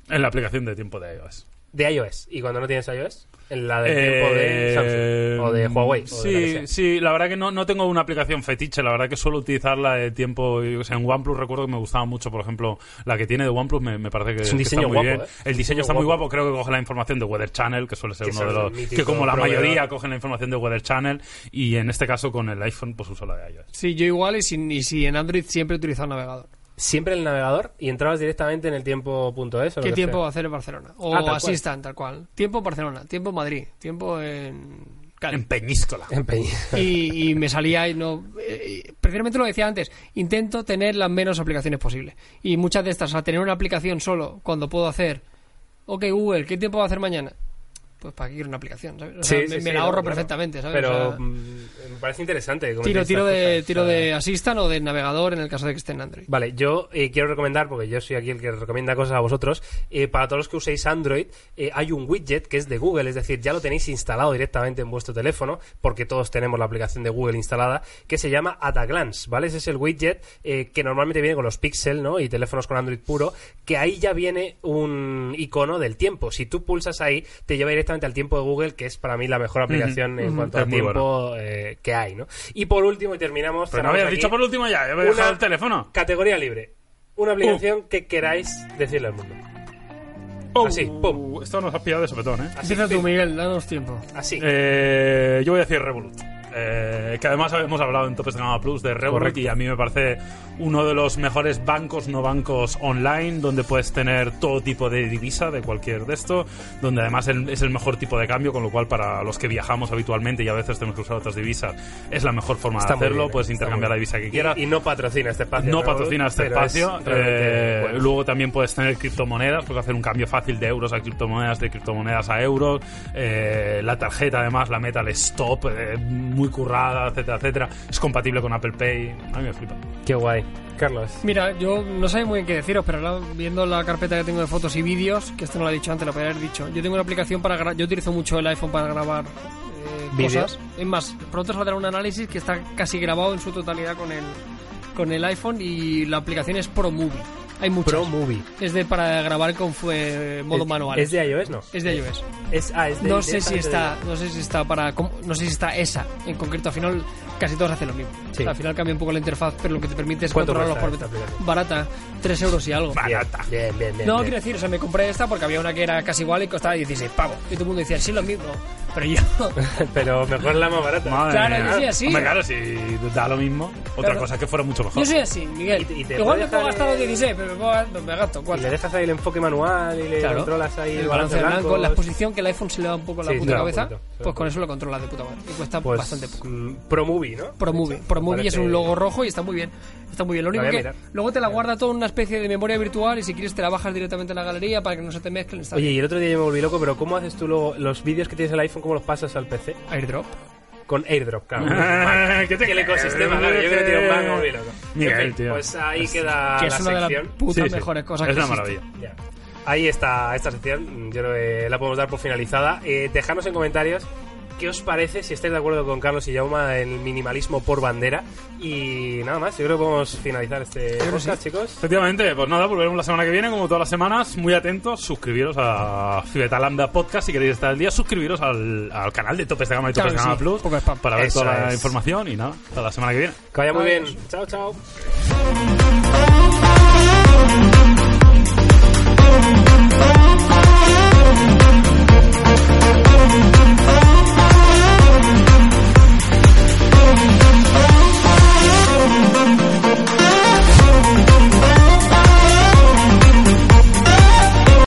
En la aplicación de tiempo de iOS.
De iOS. ¿Y cuando no tienes iOS? En la del
Eh, mm,
tiempo de Samsung. O de Huawei. o de la que
Sí,
sea.
sí, la verdad que no, no tengo una aplicación fetiche, la verdad que suelo utilizar la de tiempo, yo que sé, en OnePlus recuerdo que me gustaba mucho, por ejemplo, la que tiene de OnePlus me, me parece que
Es un
que está
diseño
muy
guapo,
bien.
¿eh?
El
Diseño
diseño está muy
guapo.
guapo, creo que coge la información de Weather Channel, que suele ser
Que
uno
es
de
el
los...
mítico
Que como la
proveedor.
mayoría cogen la información de Weather Channel y en este caso con el iPhone pues uso la de iOS.
Sí, yo igual y si, y si en Android siempre he utilizado navegador.
Siempre en el navegador y entrabas directamente en el tiempo.es. o lo
¿Qué
que
tiempo
sea.
va a hacer en Barcelona? O
Ah, tal cual.
así están, tal cual. Tiempo en Barcelona, tiempo en Madrid, tiempo en. Cádiz.
En Peñíscola.
En Peñi-
y, y me salía y no eh, eh, precisamente lo decía antes intento tener las menos aplicaciones posible y muchas de estas a tener una aplicación solo cuando puedo hacer ok Google ¿qué tiempo va a hacer mañana? pues para qué quiero una aplicación ¿sabes? O sea,
Sí,
me,
sí,
me
sí,
la
no,
ahorro
claro.
perfectamente ¿sabes?
Pero
O sea,
mm, me parece interesante. como
tiro
estas
tiro de
cosas,
tiro
o sea.
de assistant o de navegador en el caso de que esté en Android
Vale, yo eh, quiero recomendar, porque yo soy aquí el que recomienda cosas a vosotros, eh, para todos los que uséis Android, eh, hay un widget que es de Google, es decir, ya lo tenéis instalado directamente en vuestro teléfono, porque todos tenemos la aplicación de Google instalada, que se llama At a Glance, ¿vale? Ese es el widget eh, que normalmente viene con los Pixel, ¿no? Y teléfonos con Android puro, que ahí ya viene un icono del tiempo. Si tú pulsas ahí, te lleva directamente al tiempo de Google, que es para mí la mejor aplicación en cuanto
Es
a
muy bueno.
tiempo eh, que hay, ¿no? Y por último, y terminamos...
Pero no
cerramos
habías
aquí.
dicho por último ya, ya me he
Una-
dejado el teléfono.
Categoría libre. Una aplicación que queráis decirle al mundo. Así, pum.
Esto nos ha pillado de sopetón, ¿eh?
Así,
empieza tú
pim,
Miguel danos tiempo
así.
Eh, yo Eh, voy a decir Revolut. eh, que además hemos hablado en Topes de Gama Plus de Reborg y a mí me parece uno de los mejores bancos, no bancos online, donde puedes tener todo tipo de divisa de cualquier de esto, donde además el- es el mejor tipo de cambio, con lo cual para los que viajamos habitualmente y a veces tenemos que usar otras divisas, es la mejor forma
Está
de
muy
hacerlo,
bien,
puedes
está
intercambiar
muy
la
bien.
divisa que
Y-
quieras.
Y, no patrocina este espacio.
No
pero-
patrocina este
pero es
espacio.
realmente
eh,
bueno.
Luego también puedes tener criptomonedas, puedes hacer un cambio fácil de euros a criptomonedas, de criptomonedas a euros. eh, la tarjeta, además, la Metal Stop, eh, muy currada, etcétera, etcétera. Es compatible con Apple Pay. A mí me flipa.
Qué guay. Carlos.
Mira, yo no sabía muy bien qué deciros, pero ahora viendo la carpeta que tengo de fotos y vídeos, que esto no lo he dicho antes, lo podría haber dicho. Yo tengo una aplicación para grabar, yo utilizo mucho el iPhone para grabar eh,
Vídeos.
cosas. Es más, pronto saldrá un análisis que está casi grabado en su totalidad con el, con el iPhone y la aplicación es ProMovie. Hay muchas.
Pro Movie.
es de para grabar con fue, modo
Es-
manual.
¿Es de iOS? No.
Es de iOS.
Es, ah, es de-
No
de-
sé si
de-
está, no sé si está para, com- no sé si está esa en concreto. Al final casi todos hacen lo mismo.
Sí.
O sea, al final cambia un poco la interfaz, pero lo que te permite es
¿Cuánto
controlarlos por
cuesta esta aplicación?
barata, 3 euros y algo.
Bien, Bien, bien, bien.
No,
bien.
quiero decir, o sea, me compré esta porque había una que era casi igual y costaba 16 pavos. Y todo el mundo decía, sí, lo mismo. Pero yo,
Pero mejor la más barata.
Claro,
mía.
yo soy así.
Hombre, claro, si da lo mismo. Otra
Claro.
cosa es que fuera mucho mejor.
yo soy así, Miguel.
Y te- y te
Igual me
puedes
puedo
dejar
gastar los
de-
16, pero me, puedo- me gasto
Y
4.
le dejas ahí el enfoque manual y le
Claro.
controlas ahí
el balance blanco, la
exposición
exposición que el iPhone se le da un poco la
Sí,
puta
se le da un
cabeza,
poquito, se le da un
pues
poquito.
con eso lo controlas de puta madre. Y cuesta
Pues,
bastante poco.
mm, ProMovie, ¿no?
ProMovie. ProMovie
Parece-
es un logo rojo y está muy bien. Está muy bien. Lo
La
único
voy a
que
mirar.
luego te la guarda toda una especie de memoria virtual y si quieres te la bajas directamente en la galería para que no se te mezclen. Está
Oye, y el otro día yo me volví loco, pero ¿cómo haces tú luego los vídeos que tienes en el iPhone, cómo los pasas al PC?
bien. airdrop.
Con AirDrop, claro.
¿Qué te
Que el ecosistema,
crees?
claro, yo creo que tiene un banco muy loco.
Miguel,
En fin,
tío.
Pues ahí queda
que
la
es una de
sección.
las putas
Sí, sí.
mejores cosas
Es
que
una
existe.
maravilla.
Ya. Ahí está esta sección, yo creo que la podemos dar por finalizada. Eh, dejadnos en comentarios qué os parece, si estáis de acuerdo con Carlos y Jauma en el minimalismo por bandera. Y nada más, yo creo que podemos finalizar este podcast, chicos.
Efectivamente, pues nada, volveremos la semana que viene, como todas las semanas, muy atentos, suscribiros a Fibeta Lambda Podcast si queréis estar al día, suscribiros al, al canal de Topes de Gama y
Claro
Topes de
que
Gama
sí,
Plus
poco spam.
para ver
Eso
toda la
es.
información y nada, hasta la semana que viene.
Que vaya muy
Adiós.
bien. Chao, chao.